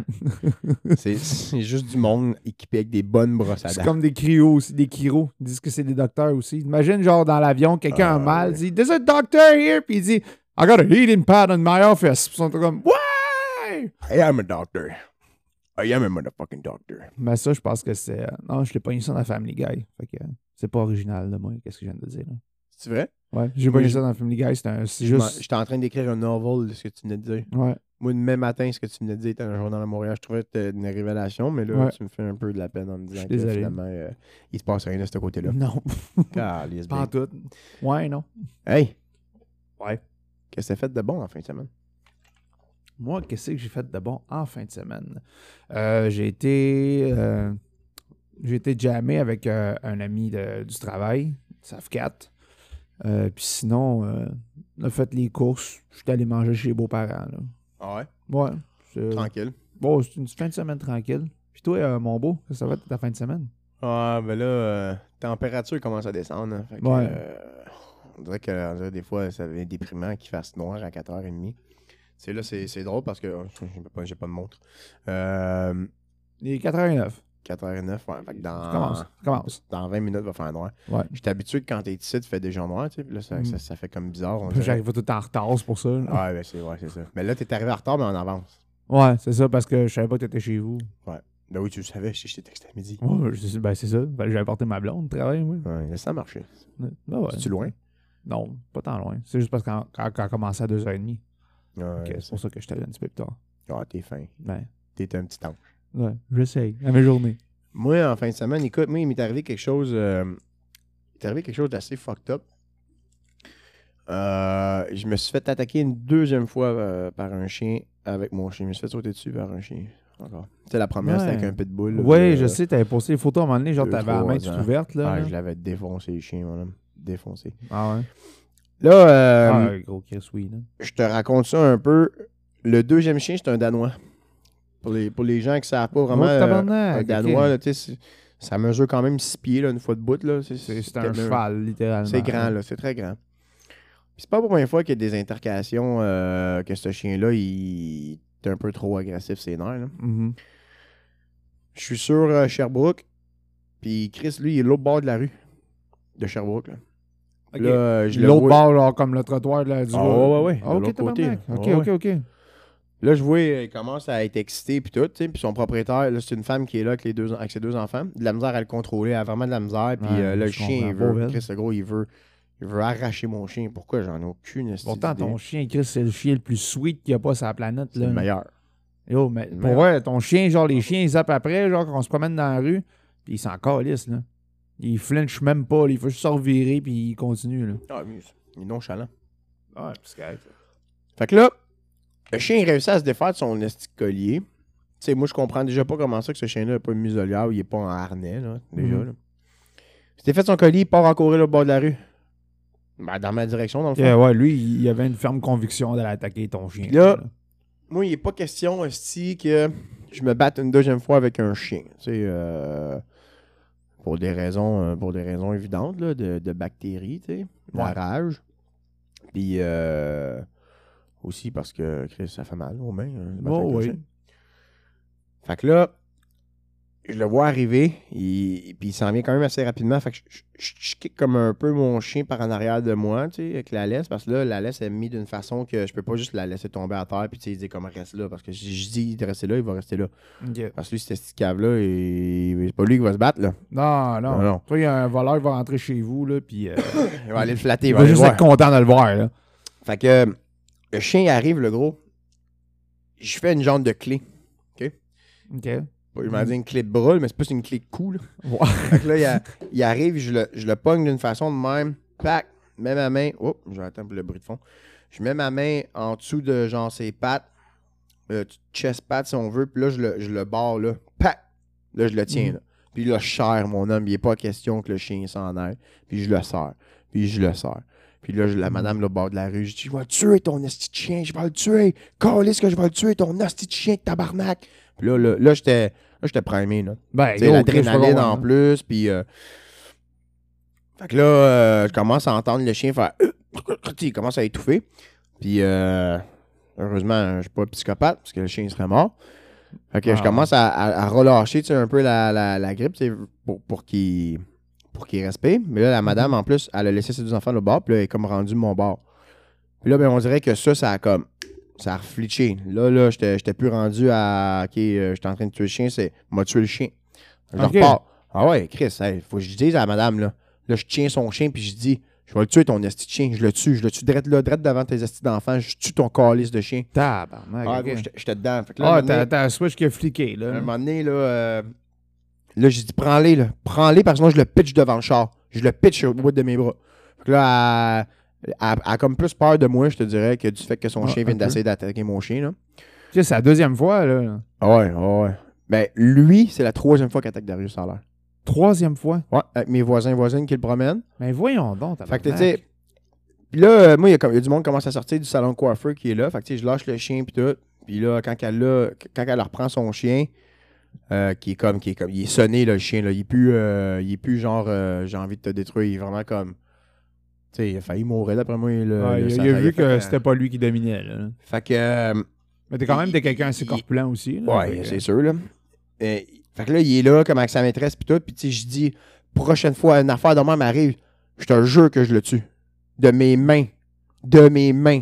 Speaker 1: c'est c'est juste du monde équipé avec des bonnes brosses à
Speaker 2: C'est
Speaker 1: dents.
Speaker 2: comme des cryos aussi, des chiros. Ils disent que c'est des docteurs aussi. Imagine, genre, dans l'avion, quelqu'un
Speaker 1: Ah,
Speaker 2: a mal,
Speaker 1: ouais.
Speaker 2: dit There's a doctor here, puis il dit I got a heating pad in my office. Puis ils sont comme Ouais!
Speaker 1: I am a doctor. I am a motherfucking doctor.
Speaker 2: Mais ça, je pense que c'est. euh, Non, je l'ai pas mis ça dans Family Guy. Fait que euh, c'est pas original de moi, qu'est-ce que je viens de dire. là.
Speaker 1: C'est vrai?
Speaker 2: Ouais, j'ai
Speaker 1: Moi,
Speaker 2: pas mis
Speaker 1: je-
Speaker 2: ça dans Family Guy, c'est un. C'est
Speaker 1: Je m'en-
Speaker 2: juste.
Speaker 1: J'étais en train d'écrire un novel de ce que tu venais de dire.
Speaker 2: Ouais.
Speaker 1: Moi, demain matin, ce que tu venais de dire était un journal à Montréal. Je trouvais que c'était une révélation, mais là,
Speaker 2: Ouais.
Speaker 1: tu me fais un peu de la peine en me
Speaker 2: Je
Speaker 1: disant
Speaker 2: suis
Speaker 1: que
Speaker 2: désolé.
Speaker 1: finalement, euh, il se passe rien de ce côté-là.
Speaker 2: Non,
Speaker 1: Calisse
Speaker 2: pas en
Speaker 1: bien.
Speaker 2: tout. Ouais, non.
Speaker 1: Hey!
Speaker 2: Ouais.
Speaker 1: Qu'est-ce que t'as fait de bon en fin de semaine?
Speaker 2: Moi, qu'est-ce que j'ai fait de bon en fin de semaine? Euh, j'ai été. euh, j'ai été jammé avec euh, un ami de- du travail, Safcat. Euh, Puis sinon, euh, on a fait les courses. Je suis allé manger chez les beaux-parents. là.
Speaker 1: Ah ouais?
Speaker 2: Ouais. c'est-
Speaker 1: Tranquille.
Speaker 2: Bon, c'est une fin de semaine tranquille. Puis toi, euh, mon beau, qu'est-ce que ça va être ta fin de semaine?
Speaker 1: Ah, ben là, euh, température commence à descendre. hein. Fait que,
Speaker 2: Ouais.
Speaker 1: euh, on, dirait que, on dirait des fois, ça devient déprimant qu'il fasse noir à 4h30. C'est là, c'est c'est drôle parce que. oh, J'ai pas, j'ai pas de montre. Euh,
Speaker 2: Il est 89.
Speaker 1: 4h09, ouais, fait que
Speaker 2: Ça
Speaker 1: dans,
Speaker 2: commence. ça commence.
Speaker 1: dans 20 minutes, il va faire noir.
Speaker 2: Ouais.
Speaker 1: J'étais habitué que quand t'es ici, tu fais déjà noir, tu sais, puis là, ça,
Speaker 2: Mm.
Speaker 1: ça, ça fait comme bizarre. on dirait.
Speaker 2: J'arrive tout le temps en retard, c'est pour ça. là.
Speaker 1: Ouais, ben c'est vrai, c'est ça. Mais là, t'es arrivé en retard, mais en avance.
Speaker 2: Ouais, c'est ça, parce que je savais pas que t'étais chez vous.
Speaker 1: Ben oui, tu le savais, je je t'ai texté à midi.
Speaker 2: Ouais, je- ben c'est ça. Ben, J'ai apporté ma blonde au travail, moi.
Speaker 1: Ouais, là, ça a marché.
Speaker 2: Ouais. Ben ouais.
Speaker 1: C'est-tu loin?
Speaker 2: Non, pas tant loin. C'est juste parce qu'on quand, quand on commençait à 2h30.
Speaker 1: Ouais,
Speaker 2: que c'est
Speaker 1: c'est-
Speaker 2: pour ça que je t'avais un petit peu plus tard.
Speaker 1: Ah, t'es fin.
Speaker 2: Ben,
Speaker 1: T'es un petit temps.
Speaker 2: ouais, j'essaye. À mes journées.
Speaker 1: Moi, en fin de semaine, écoute, moi, il m'est arrivé quelque chose. euh, il m'est arrivé quelque chose d'assez fucked up. Euh, je me suis fait attaquer une deuxième fois euh, par un chien avec mon chien. Je me suis fait sauter dessus par un chien. Encore. Tu sais, la première,
Speaker 2: Ouais.
Speaker 1: c'était avec un pitbull. là,
Speaker 2: Ouais,
Speaker 1: puis,
Speaker 2: je
Speaker 1: euh,
Speaker 2: sais, hein. t'avais posté les photos à un moment donné, genre
Speaker 1: deux,
Speaker 2: t'avais la
Speaker 1: trois
Speaker 2: main toute
Speaker 1: ans.
Speaker 2: ouverte, là.
Speaker 1: ah,
Speaker 2: là.
Speaker 1: je l'avais défoncé, le chien, mon homme. Défoncé.
Speaker 2: Ah ouais.
Speaker 1: Là, euh,
Speaker 2: ah, gros Chris, oui, là.
Speaker 1: je te raconte ça un peu. Le deuxième chien, c'est un Danois. Pour les, pour les gens qui ne savent pas vraiment.
Speaker 2: Oh,
Speaker 1: euh,
Speaker 2: tabarnak,
Speaker 1: un
Speaker 2: ok.
Speaker 1: Danois, là, tu sais, c'est- ça mesure quand même 6 pieds, là, une fois de bout. là.
Speaker 2: C'est c'est
Speaker 1: peut-être
Speaker 2: un cheval, hein. littéralement.
Speaker 1: C'est grand, là. C'est très grand. Puis c'est pas pour première fois qu'il y a des intercations euh, que ce chien-là, il est un peu trop agressif, ses nerfs. là.
Speaker 2: Mhm.
Speaker 1: Je suis sur euh, Sherbrooke. Puis Chris, lui, il est l'autre bord de la rue de Sherbrooke. Là,
Speaker 2: Ok.
Speaker 1: Là, euh, je le
Speaker 2: L'autre
Speaker 1: vois-
Speaker 2: bord, genre comme le trottoir là, du
Speaker 1: Ah,
Speaker 2: gars.
Speaker 1: ouais, ouais, ouais,
Speaker 2: Ah,
Speaker 1: de
Speaker 2: ok,
Speaker 1: l'autre côté,
Speaker 2: tabarnak.
Speaker 1: là.
Speaker 2: Ok,
Speaker 1: Ouais,
Speaker 2: ok, ok.
Speaker 1: Là, je vois, euh, il commence à être excité, puis tout, tu sais. Puis son propriétaire, là, c'est une femme qui est là avec, les deux, avec ses deux enfants. De la misère à le contrôler, elle a vraiment de la misère. Puis
Speaker 2: Ouais,
Speaker 1: euh, le
Speaker 2: je
Speaker 1: chien, il
Speaker 2: comprends pas,
Speaker 1: veut.
Speaker 2: elle.
Speaker 1: Chris, le gros, il veut. Il veut arracher mon chien. Pourquoi j'en ai aucune estime.
Speaker 2: Pourtant, ton chien, Chris, c'est le chien le plus sweet qu'il n'y a pas sur la planète,
Speaker 1: le
Speaker 2: là.
Speaker 1: meilleur.
Speaker 2: Yo, mais
Speaker 1: Le
Speaker 2: pour
Speaker 1: meilleur.
Speaker 2: vrai, ton chien, genre, les chiens, ils zappent après, genre, quand on se promène dans la rue, puis ils s'en calissent, là. Ils flinchent même pas, là. Il faut juste se revirer, puis ils continuent, là.
Speaker 1: Ah, oui, il est nonchalant.
Speaker 2: Ouais, c'est correct.
Speaker 1: Fait que là, le chien il réussit à se défaire de son esti de collier. Tu sais, moi, je comprends déjà pas comment ça que ce chien-là n'a pas une muselière ou il est pas en harnais, là, déjà.
Speaker 2: Mhm.
Speaker 1: là. Il s'est fait son collier, il part en courir là, au bord de la rue. Ben, dans ma direction, dans le fond.
Speaker 2: ouais, lui, il avait une ferme conviction d'aller attaquer ton chien.
Speaker 1: Puis là, Moi, il n'est pas question, aussi que je me batte une deuxième fois avec un chien. Tu sais, euh, pour, des raisons, euh, pour des raisons évidentes, là, de, de bactéries, tu sais, de la
Speaker 2: Ouais.
Speaker 1: rage. Puis euh, aussi parce que Chris, ça fait mal aux mains. hein, de battre
Speaker 2: Oh,
Speaker 1: avec un
Speaker 2: oui.
Speaker 1: chien. Fait que là, je le vois arriver, il- puis il s'en vient quand même assez rapidement. Fait que je, je- je kick comme un peu mon chien par en arrière de moi, tu sais, avec la laisse, parce que là, la laisse est mise d'une façon que je peux pas juste la laisser tomber à terre, puis tu sais, il dit comme reste là, parce que si je dis de rester là, il va rester là.
Speaker 2: Ok.
Speaker 1: Parce que lui, c'était ce cave-là, et c'est pas lui qui va se battre, là.
Speaker 2: Non, non.
Speaker 1: Non, non.
Speaker 2: Toi, il y a un voleur qui va rentrer chez vous, là, puis euh,
Speaker 1: Il va aller le flatter, il
Speaker 2: il
Speaker 1: va
Speaker 2: va
Speaker 1: aller
Speaker 2: juste
Speaker 1: le
Speaker 2: être
Speaker 1: voir.
Speaker 2: content de le voir, là.
Speaker 1: Fait que le chien arrive, le gros. Je fais une genre de clé.
Speaker 2: Ok.
Speaker 1: Je m'en dis une clé de bras, mais c'est plus une clé de cou, là.
Speaker 2: Ouais.
Speaker 1: Fait que là, il, a- il arrive, je le, je le pogne d'une façon de même. Pac, mets ma main. Oh, je vais attendre pour le bruit de fond. Je mets ma main en dessous de genre ses pattes. euh, chest pat si on veut. Puis là, je le, je le barre là. Pac! Là, je le tiens.
Speaker 2: Mhm.
Speaker 1: Là. Puis là, je serre mon homme. Il n'est pas question que le chien s'en aille. Puis je le serre. Puis je le serre. Puis là, je- la madame là, au bord de la rue, je dis Je vais le tuer ton asti de chien, je vais le tuer. Calisse que je vais le tuer, ton asti de chien de tabarnak. Puis là, là, là j'étais là, j'étais primé. Là.
Speaker 2: Ben,
Speaker 1: Tu sais,
Speaker 2: yo, Chris, je
Speaker 1: l'adrénaline
Speaker 2: vois,
Speaker 1: en
Speaker 2: ouais.
Speaker 1: plus, puis... euh, Fait que là, euh, je commence à entendre le chien faire... Il commence à étouffer. Puis, euh, heureusement, je suis pas psychopathe, parce que le chien serait mort. Fait que
Speaker 2: Ah.
Speaker 1: je commence à, à- à relâcher, tu sais, un peu la, la, la grippe, tu sais, pour, pour qu'il pour qu'il respire. Mais là, la
Speaker 2: Mhm.
Speaker 1: madame, en plus, elle a laissé ses deux enfants au bord, puis là, elle est comme rendue mon bord. Puis là, ben, on dirait que ça, ça a comme... Ça a reflitché. Là, là, j'étais j'étais plus rendu à... OK, euh, j'étais en train de tuer le chien, c'est... M'a tué le chien. Je
Speaker 2: Ok.
Speaker 1: repars. Ah ouais, Chris, hey, faut que je dise à la madame, là. Là, je tiens son chien, puis je dis, je vais le tuer, ton esti de chien. Je le tue, je le tue drette là, drette devant tes estis d'enfants. Je tue ton calice de chien.
Speaker 2: Tabarnak.
Speaker 1: Ah,
Speaker 2: ok.
Speaker 1: gros, j'étais- j'étais dedans. Fait que là, un
Speaker 2: Ah,
Speaker 1: moment
Speaker 2: t'as
Speaker 1: donné-
Speaker 2: t'as un switch qui a fliqué,
Speaker 1: à un
Speaker 2: là.
Speaker 1: moment donné, là, euh, là j'ai dit, prends-les, là. Prends-les, parce que sinon, je le pitch devant le char. Je le pitch au bout de mes bras. Fait que là, elle, elle- elle a comme plus peur de moi, je te dirais, que du fait que son
Speaker 2: Ah,
Speaker 1: chien
Speaker 2: un
Speaker 1: vient
Speaker 2: peu.
Speaker 1: d'essayer d'attaquer mon chien, là.
Speaker 2: Tu sais, C'est la deuxième fois, là.
Speaker 1: Ah ouais, ah ouais. Ben, lui, c'est la troisième fois qu'il attaque Darius à l'air.
Speaker 2: Troisième fois.
Speaker 1: Ouais, avec mes voisins et voisines qui le promènent.
Speaker 2: Mais Ben, voyons donc, t'as
Speaker 1: Fait que, tu sais, pis là, euh, moi, il y, a comme- il y a du monde qui commence à sortir du salon de coiffeur qui est là. Fait que, tu sais, je lâche le chien, puis tout. Puis là, quand elle, l'a- quand elle reprend son chien, euh, qui est comme, qui est comme, il est sonné, là, le chien, là. Il est plus, euh, il est plus genre, euh, j'ai envie de te détruire. Il est vraiment comme, tu sais, il a failli mourir d'après moi. Le, le-
Speaker 2: il,
Speaker 1: ça-
Speaker 2: a- il a
Speaker 1: fait
Speaker 2: vu que
Speaker 1: euh,
Speaker 2: c'était pas lui qui dominait, là.
Speaker 1: Fait que, euh,
Speaker 2: Mais t'es quand même
Speaker 1: Il-
Speaker 2: de quelqu'un assez
Speaker 1: il-
Speaker 2: corpulent aussi. là.
Speaker 1: ouais,
Speaker 2: Fait que-
Speaker 1: c'est sûr, là. Et- Euh, Fait que là, il est là comme avec sa maîtresse puis tout. Puis tu sais, je dis, prochaine fois, une affaire de moi m'arrive, je te jure que je le tue. De mes mains. De mes mains.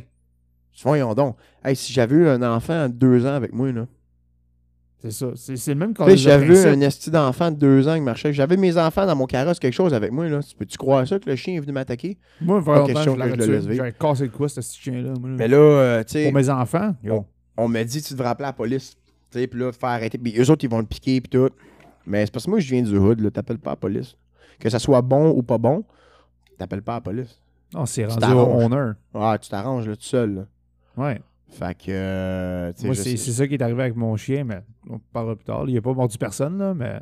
Speaker 1: Soyons donc. Hey, si j'avais eu un enfant de deux ans avec moi, là.
Speaker 2: C'est ça. C'est c'est le même
Speaker 1: Tu sais,
Speaker 2: qu'on
Speaker 1: J'avais un esti d'enfant de deux ans qui marchait. J'avais mes enfants dans mon carrosse, quelque chose avec moi. Là. Tu peux-tu croire ça que le chien est venu m'attaquer?
Speaker 2: Moi,
Speaker 1: Pas
Speaker 2: vraiment,
Speaker 1: question
Speaker 2: je l'aurais
Speaker 1: que je le
Speaker 2: tué.
Speaker 1: laisse vivre.
Speaker 2: J'aurais cassé le quoi, ce petit chien-là. moi, là.
Speaker 1: Mais là, euh, tu sais,
Speaker 2: Pour mes enfants.
Speaker 1: on, on m'a dit, tu devrais appeler la police. Tu sais, puis là, faire arrêter. Puis eux autres, ils vont le piquer, puis tout. Mais c'est parce que moi, je viens du hood, là. T'appelles pas la police. Que ça soit bon ou pas bon, t'appelles pas la police.
Speaker 2: On s'est rendu
Speaker 1: t'arranges.
Speaker 2: au honneur.
Speaker 1: Ah, tu t'arranges, là, tout seul, là.
Speaker 2: Ouais.
Speaker 1: Fait que, euh, tu sais,
Speaker 2: Moi,
Speaker 1: je
Speaker 2: c'est
Speaker 1: sais-
Speaker 2: c'est ça qui est arrivé avec mon chien, mais on parlera plus tard. Il n'a pas mordu personne, là, mais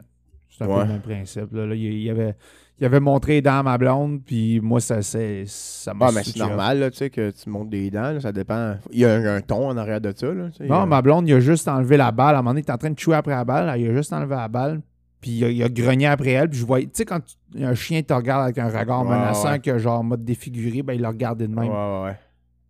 Speaker 2: c'est un
Speaker 1: Ouais.
Speaker 2: peu le même principe. Là. Là, il, il avait, il avait montré les dents à ma blonde, puis moi, ça, c'est- ça m'a
Speaker 1: Ah, mais c'est
Speaker 2: switché off.
Speaker 1: normal, là, tu sais, que tu montes des dents, là, ça dépend. Il y a un, un ton en arrière de ça, là. tu sais,
Speaker 2: Non,
Speaker 1: euh,
Speaker 2: ma blonde, il a juste enlevé la balle. À un moment donné, il était en train de chouer après la balle. Il a juste enlevé la balle. Puis il a, il a grogné après elle. Puis je voyais, tu sais, quand tu- un chien te regarde avec un regard
Speaker 1: Ouais,
Speaker 2: menaçant,
Speaker 1: ouais.
Speaker 2: que genre, mode défiguré, ben il l'a regardé de même.
Speaker 1: Ouais, ouais,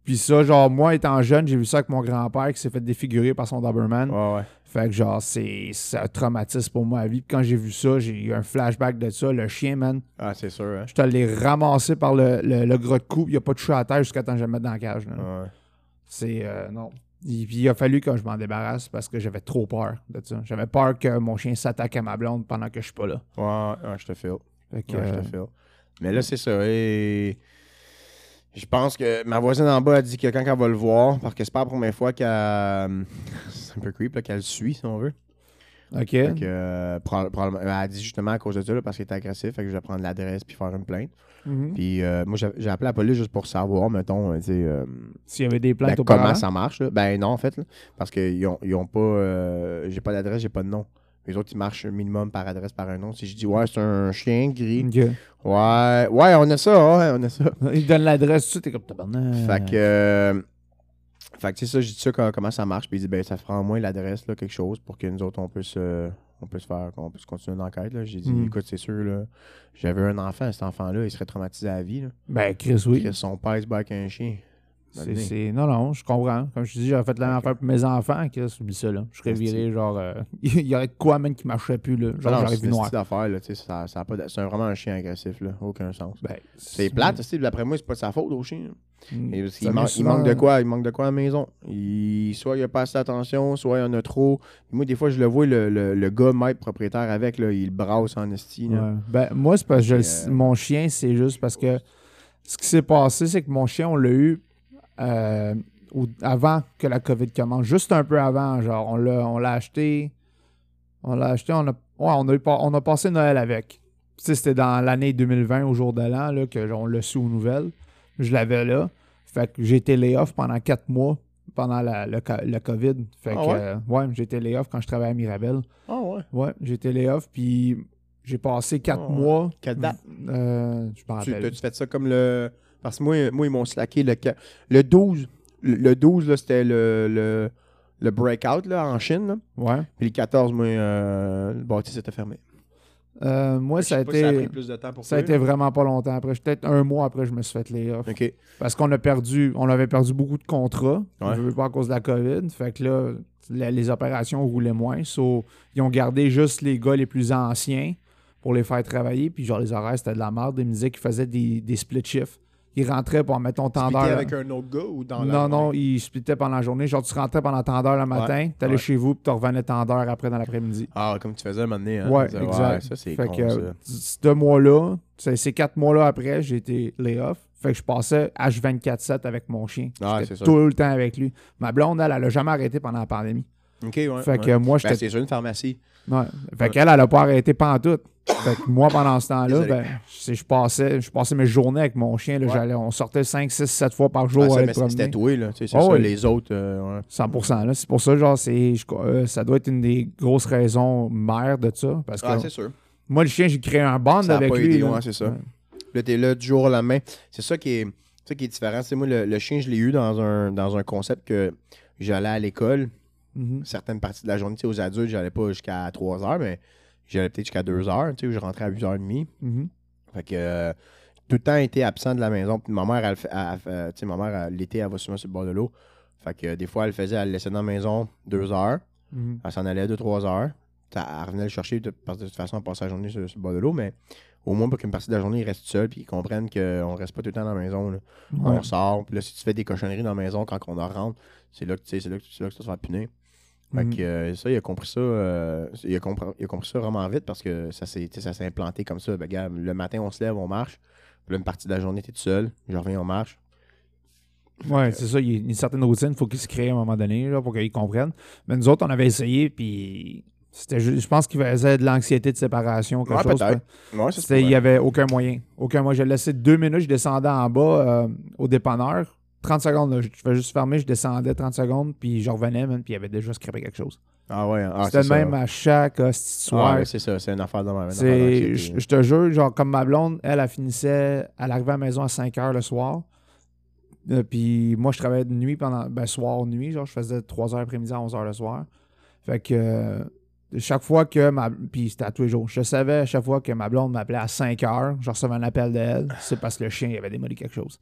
Speaker 2: Puis ça, genre, moi étant jeune, j'ai vu ça avec mon grand-père qui s'est fait défigurer par son Doberman.
Speaker 1: ouais. ouais, ouais.
Speaker 2: Fait que genre, c'est c'est un traumatisme pour moi à vie. Puis quand j'ai vu ça, j'ai eu un flashback de ça. Le chien, man,
Speaker 1: Ah, c'est sûr, hein.
Speaker 2: je te l'ai ramassé par le, le, le gros de cou. Il a pas touché à la terre jusqu'à temps que je le mette dans la cage. là.
Speaker 1: Ouais.
Speaker 2: C'est. euh, non. Il- Puis il a fallu que je m'en débarrasse parce que j'avais trop peur de ça. J'avais peur que mon chien s'attaque à ma blonde pendant que je suis pas là.
Speaker 1: Ouais, ouais, je te file.
Speaker 2: Fait que,
Speaker 1: Ouais, je
Speaker 2: euh,
Speaker 1: te file. Mais là, c'est ça. Et... Je pense que ma voisine en bas a dit que quand elle va le voir, parce que c'est pas la première fois qu'elle. C'est un peu creep, là, qu'elle le suit, si on veut.
Speaker 2: OK.
Speaker 1: Fait que, euh, proba- probablement- Elle a dit justement à cause de ça, là, parce qu'elle était agressif, fait que je vais prendre l'adresse puis faire une plainte.
Speaker 2: Mhm.
Speaker 1: Puis euh, moi, j'ai j'ai appelé la police juste pour savoir, mettons, euh, tu sais, euh,
Speaker 2: S'il y avait des
Speaker 1: ben,
Speaker 2: plaintes au
Speaker 1: comment ça marche. là. Ben non, en fait, là, parce qu'ils ont, ils ont pas. euh, j'ai pas d'adresse, j'ai pas de nom. Les autres, ils marchent minimum par adresse, par un nom. Si je dis, ouais, c'est un chien gris, Ouais, ouais, on a ça, ouais, on a ça.
Speaker 2: Il donne l'adresse, tu t'es comme tabarnak.
Speaker 1: Fait que. euh, fait que, tu sais, ça, j'ai dit ça, comment, comment ça marche. Puis il dit, ben, ça fera au moins l'adresse, là, quelque chose, pour que nous autres, on puisse, euh, on puisse faire, qu'on puisse continuer l'enquête, là. J'ai dit,
Speaker 2: Mm.
Speaker 1: écoute, c'est sûr, là, j'avais un enfant, cet enfant-là, il serait traumatisé à la vie, là.
Speaker 2: Ben, Chris, oui.
Speaker 1: Que son père se bat avec un chien.
Speaker 2: C'est, c'est- Non, non, je comprends. Comme je te dis, j'aurais fait la même
Speaker 1: Ok.
Speaker 2: affaire pour mes enfants. Chris, oublie ça, là. Je serais
Speaker 1: Esti.
Speaker 2: viré, genre. euh, Il y aurait de quoi, même, qui marcherait plus, là. Genre,
Speaker 1: Non,
Speaker 2: j'aurais
Speaker 1: c'est
Speaker 2: vu
Speaker 1: une
Speaker 2: noir.
Speaker 1: petite affaire, là, tu sais, ça, ça a pas de- c'est vraiment un chien agressif, là, aucun sens.
Speaker 2: Ben,
Speaker 1: C'est plate, tu sais, d'après moi, c'est pas de sa faute au chien. là.
Speaker 2: Mm.
Speaker 1: Et parce
Speaker 2: Ça
Speaker 1: qu'il
Speaker 2: vient
Speaker 1: man- il
Speaker 2: souvent,
Speaker 1: manque de
Speaker 2: euh,
Speaker 1: quoi? Il manque de quoi à la maison? Il- soit il a pas assez d'attention, soit il en a trop. Moi, des fois, je le vois, le, le- le gars maître propriétaire avec, là, il le brasse en esti. là.
Speaker 2: Ouais. Ben, moi, c'est parce que je le-
Speaker 1: Puis, euh,
Speaker 2: mon chien, c'est juste parce que ce qui s'est passé, c'est que mon chien, on l'a eu euh, au- avant que la COVID commence, juste un peu avant. Genre, on l'a, on l'a acheté. On l'a acheté, on a, ouais, on, a eu pas- on a passé Noël avec. Tu sais, c'était dans l'année 2020, au jour de l'an, là, que genre, on l'a su aux nouvelles. Je l'avais là. Fait que j'ai été lay-off pendant quatre mois pendant la, le, co- le COVID. Fait
Speaker 1: Ah
Speaker 2: que,
Speaker 1: ouais?
Speaker 2: euh, ouais, j'ai été lay-off quand je travaillais à Mirabel.
Speaker 1: Ah ouais.
Speaker 2: Ouais, j'étais layoff, puis j'ai passé quatre
Speaker 1: Ah ouais.
Speaker 2: mois.
Speaker 1: Quelle date?
Speaker 2: Euh, je m'en
Speaker 1: Tu
Speaker 2: rappelle.
Speaker 1: as-tu fait ça comme le. Parce que moi, moi ils m'ont slacké le, ca- le 12. Le, le 12, là, c'était le, le, le breakout là, en Chine. là.
Speaker 2: Ouais.
Speaker 1: Puis le 14, moi, euh, le bâtisse était fermé.
Speaker 2: Euh, moi,
Speaker 1: Je
Speaker 2: ça a,
Speaker 1: sais pas si ça a pris
Speaker 2: été,
Speaker 1: plus de temps pour
Speaker 2: ça a
Speaker 1: toi.
Speaker 2: été vraiment pas longtemps après. Peut-être un mois après, je me suis fait layoff.
Speaker 1: OK.
Speaker 2: Parce qu'on a perdu, on avait perdu beaucoup de contrats.
Speaker 1: Ouais.
Speaker 2: Je veux pas à cause de la COVID. Fait que là, la- les opérations roulaient moins. So, ils ont gardé juste les gars les plus anciens pour les faire travailler. Puis genre, les horaires, c'était de la merde. Ils me disaient qu'ils faisaient des, des split shifts. Ils rentraient pour, mettons, tant
Speaker 1: Expliquer
Speaker 2: d'heures.
Speaker 1: avec un autre gars ou dans la.
Speaker 2: hein. Non, non, il splitait pendant la journée. Genre, tu rentrais pendant tant d'heures le matin, t'allais
Speaker 1: ouais.
Speaker 2: chez vous, puis tu revenais tant d'heures après dans l'après-midi.
Speaker 1: Ah, comme tu faisais à un moment donné. hein.
Speaker 2: ouais,
Speaker 1: Ça,
Speaker 2: exact.
Speaker 1: ça, c'est
Speaker 2: fait
Speaker 1: con,
Speaker 2: que euh,
Speaker 1: ça.
Speaker 2: c- deux mois-là, c'est ces quatre mois-là après, j'ai été lay-off. Fait que je passais H24-7 avec mon chien.
Speaker 1: Ah,
Speaker 2: J'étais
Speaker 1: c'est ça.
Speaker 2: tout le temps avec lui. Ma blonde, elle, elle a jamais arrêté pendant la pandémie.
Speaker 1: OK, ouais.
Speaker 2: fait que
Speaker 1: ouais.
Speaker 2: euh, moi,
Speaker 1: Ben,
Speaker 2: j'étais.
Speaker 1: c'est sur une pharmacie.
Speaker 2: ouais. Fait qu'elle, elle a pas arrêté pantoute. Fait que moi, pendant ce temps-là,
Speaker 1: Désolé.
Speaker 2: ben, c'est- je passais, je passais mes journées avec mon chien. là.
Speaker 1: Ouais.
Speaker 2: J'allais- On sortait 5, 6, 7 fois par jour.
Speaker 1: Ah, ça,
Speaker 2: aller
Speaker 1: mais
Speaker 2: promener.
Speaker 1: c'est tatoué, là. tu sais, C'est
Speaker 2: Ah
Speaker 1: ça,
Speaker 2: oui.
Speaker 1: les autres. euh, ouais.
Speaker 2: 100 là. C'est pour ça, genre, c'est, je- euh, ça doit être une des grosses raisons mères de ça. Parce que
Speaker 1: Ah, c'est sûr.
Speaker 2: moi, le chien, j'ai créé un bond
Speaker 1: Ça a
Speaker 2: avec
Speaker 1: pas
Speaker 2: lui.
Speaker 1: aidé,
Speaker 2: là.
Speaker 1: ouais, c'est ça.
Speaker 2: Ouais.
Speaker 1: Là, t'es là du jour au lendemain. C'est ça qui est, ça qui est différent. C'est moi, le, le chien, je l'ai eu dans un, dans un concept que j'allais à l'école.
Speaker 2: Mhm.
Speaker 1: Certaines parties de la journée, tu sais, aux adultes, j'allais pas jusqu'à 3 heures, mais j'allais peut-être jusqu'à 2 heures. Tu sais, je rentrais à 8h30.
Speaker 2: Mhm.
Speaker 1: Fait que euh, tout le temps été absent de la maison. Puis ma mère, elle, fait- elle- elle- euh, tu sais, ma mère, elle- l'été, elle va souvent sur le bord de l'eau. Fait que euh, des fois, elle le faisait, elle le laissait dans la maison 2 heures.
Speaker 2: Mhm.
Speaker 1: Elle s'en allait 2-3 heures. ça- elle revenait le chercher de, parce que de toute façon, on passe la journée sur, sur le bord de l'eau, mais au moins pour qu'une partie de la journée, il reste seul puis qu'ils comprennent qu'on reste pas tout le temps dans la maison. là.
Speaker 2: Ouais.
Speaker 1: On sort, puis là, si tu fais des cochonneries dans la maison quand on en rentre, c'est là que tu sais, c'est là que tu c'est là que tu te fais punir. Fait
Speaker 2: Mhm.
Speaker 1: que euh, ça, il a compris ça. euh, il, a compre- il a compris ça vraiment vite parce que ça s'est tu sais, ça s'est implanté comme ça. Ben, gars, le matin, on se lève, on marche. Puis là, une partie de la journée, t'es tout seul. Je reviens, on marche.
Speaker 2: Ouais, c'est ça. Il y a une certaine routine, il faut qu'ils se créent à un moment donné là, pour qu'ils comprennent. Mais nous autres, on avait essayé, puis c'était ju- je pense qu'il faisait de l'anxiété de séparation, quelque
Speaker 1: Ouais,
Speaker 2: chose.
Speaker 1: peut-être.
Speaker 2: là.
Speaker 1: Ouais, ça,
Speaker 2: C'était- Il n'y avait aucun moyen. Aucun moyen. J'ai laissé deux minutes, je descendais en bas euh, au dépanneur. 30 secondes, là, je je fais juste fermer, je descendais 30 secondes, puis je revenais, man, puis il y avait déjà scrapé quelque chose.
Speaker 1: Ah ouais, ah,
Speaker 2: C'était
Speaker 1: c'est
Speaker 2: le
Speaker 1: ça.
Speaker 2: même à chaque euh,
Speaker 1: Ah
Speaker 2: soir.
Speaker 1: ouais, c'est ça, c'est une affaire de même. une affaire
Speaker 2: C'est,
Speaker 1: d'anxiété.
Speaker 2: je, je te jure, genre, comme ma blonde, elle, elle finissait, elle arrivait à la maison à 5 heures le soir. Euh, puis moi, je travaillais de nuit pendant, ben, soir, nuit, genre, je faisais 3 heures après-midi à 11 heures le soir. Fait que, euh, chaque fois que ma, puis c'était à tous les jours, je savais, à chaque fois que ma blonde m'appelait à 5 heures, je recevais un appel d'elle, c'est parce que le chien, il avait démoli quelque chose.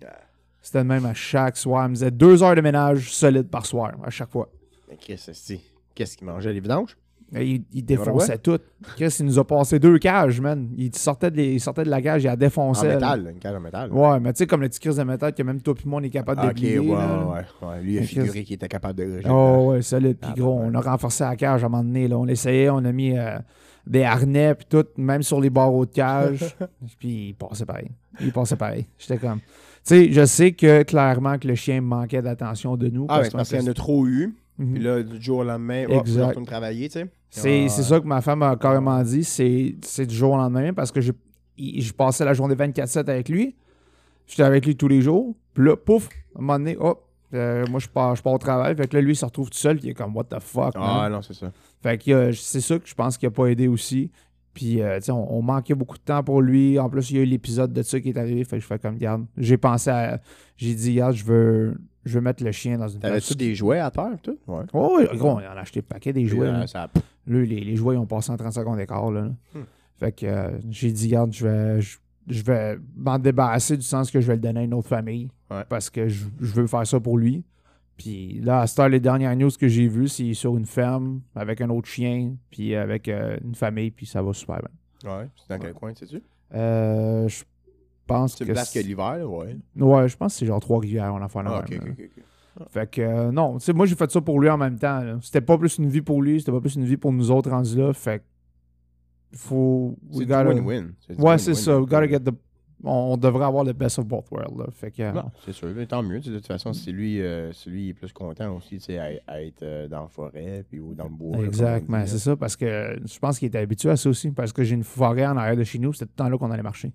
Speaker 2: C'était le même à chaque soir. Elle me disait 2 heures de ménage solide par soir, à chaque fois.
Speaker 1: Mais Qu'est-ce que c'est? Qu'est-ce qu'il mangeait, les vidanges?
Speaker 2: Et Euh, Il, il défonçait tout. Chris, il nous a passé deux cages, man. Il sortait de, les- il sortait de la cage, il la
Speaker 1: En
Speaker 2: défonçait. là.
Speaker 1: métal, là, une cage en métal.
Speaker 2: Ouais, mais tu sais, comme le petit Chris de métal que même toi puis moi, on est capable
Speaker 1: Ah,
Speaker 2: de
Speaker 1: ok,
Speaker 2: plier,
Speaker 1: ouais,
Speaker 2: là, là.
Speaker 1: ouais, ouais, ouais. Lui, il a
Speaker 2: Mais
Speaker 1: figuré
Speaker 2: qu'est-ce-
Speaker 1: qu'il était capable de.
Speaker 2: Oh, ouais, solide. Puis
Speaker 1: Ah,
Speaker 2: gros,
Speaker 1: ben,
Speaker 2: on a renforcé la cage à un moment donné. Là. On essayait, on a mis euh, des harnais, puis tout, même sur les barreaux de cage. puis il passait pareil. Il passait pareil. J'étais comme. Tu sais, je sais que clairement que le chien manquait d'attention de nous.
Speaker 1: Ah, ben,
Speaker 2: parce
Speaker 1: c'est parce
Speaker 2: qu'on
Speaker 1: qu'il y en
Speaker 2: était-
Speaker 1: a trop eu.
Speaker 2: Mhm.
Speaker 1: Puis là, du jour au lendemain, hop, je
Speaker 2: Exact.
Speaker 1: retourne travailler, tu sais.
Speaker 2: C'est
Speaker 1: Ah,
Speaker 2: c'est ça que ma femme a carrément dit. C'est c'est du jour au lendemain parce que j'ai- il- je passais la journée 24-7 avec lui. J'étais avec lui tous les jours. Puis là, pouf, à un moment donné, hop, euh, moi je pars, je pars au travail. Fait que là, lui, il se retrouve tout seul. Puis il est comme, what the fuck, man?
Speaker 1: Ah, non, c'est ça.
Speaker 2: Fait que euh, c'est ça que je pense qu'il a pas aidé aussi. Puis, euh, tu sais, on, on manquait beaucoup de temps pour lui. En plus, il y a eu l'épisode de ça qui est arrivé. Fait que je fais comme, garde. J'ai pensé à. J'ai dit, garde, je veux, je veux mettre le chien dans une
Speaker 1: T'avais-tu des jouets à terre, tout? Ouais.
Speaker 2: Oh, oui, gros, on en a acheté un paquet des jouets.
Speaker 1: Puis, euh,
Speaker 2: là.
Speaker 1: ça a-
Speaker 2: Là, les, les jouets, ils ont passé en 30 secondes d'écart. Là.
Speaker 1: Hmm.
Speaker 2: Fait que euh, j'ai dit, garde, je vais, je, je vais m'en débarrasser du sens que je vais le donner à une autre famille.
Speaker 1: Ouais.
Speaker 2: Parce que je, je veux faire ça pour lui. Puis là, à cette heure, les dernières news que j'ai vues, c'est sur une ferme avec un autre chien, puis avec euh, une famille, puis ça va super bien.
Speaker 1: Ouais, c'est dans quel coin, sais-tu?
Speaker 2: Euh, je pense
Speaker 1: C'est
Speaker 2: que.
Speaker 1: une place que
Speaker 2: c'est-
Speaker 1: l'hiver, là, ouais.
Speaker 2: Ouais, je pense que c'est genre Trois-Rivières, on a fait la
Speaker 1: Ah,
Speaker 2: même,
Speaker 1: ok,
Speaker 2: là.
Speaker 1: ok, ok, ok.
Speaker 2: Fait que euh, non, tu sais, moi j'ai fait ça pour lui en même temps. là. C'était pas plus une vie pour lui, c'était pas plus une vie pour nous autres rendus là. Fait que faut. we
Speaker 1: C'est du
Speaker 2: gotta-
Speaker 1: win-win. du
Speaker 2: Ouais, c'est
Speaker 1: win-win.
Speaker 2: ça. We gotta get the- On, on devrait avoir le best of both worlds. là. Fait que. euh,
Speaker 1: Non, c'est sûr. mais Tant mieux. tu sais, De toute façon, si lui, euh, si lui est plus content aussi tu sais, à, à être euh, dans la forêt puis, ou dans le bois. là, comme on
Speaker 2: Exactement,
Speaker 1: dit,
Speaker 2: c'est
Speaker 1: là.
Speaker 2: ça, parce que je pense qu'il était habitué à ça aussi, parce que j'ai une forêt en arrière de chez nous, c'était tout le temps là qu'on allait marcher.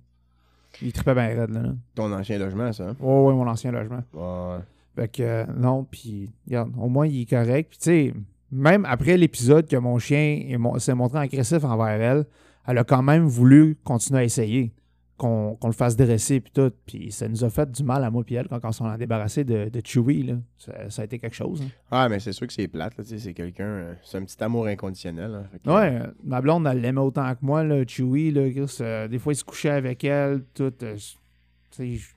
Speaker 2: Il tripait bien raide, là. là.
Speaker 1: Ton ancien logement, ça. hein?
Speaker 2: Ouais, ouais, mon ancien logement.
Speaker 1: Ouais.
Speaker 2: Fait que euh, non, puis regarde, au moins il est correct. Puis tu sais, même après l'épisode que mon chien est mon- s'est montré agressif envers elle, elle a quand même voulu continuer à essayer, qu'on qu'on le fasse dresser puis tout. Puis ça nous a fait du mal à moi puis elle quand, quand on s'en a débarrassé de, de Chewy, là. Ça, ça a été quelque chose. hein.
Speaker 1: Ah, mais c'est sûr que c'est plate. là, tu sais, C'est quelqu'un. euh, c'est un petit amour inconditionnel. hein, fait que,
Speaker 2: Ouais, euh, ma blonde, elle l'aimait autant que moi, là, Chewy, là, Chris, euh, des fois, il se couchait avec elle, tout. euh, je- tu sais, je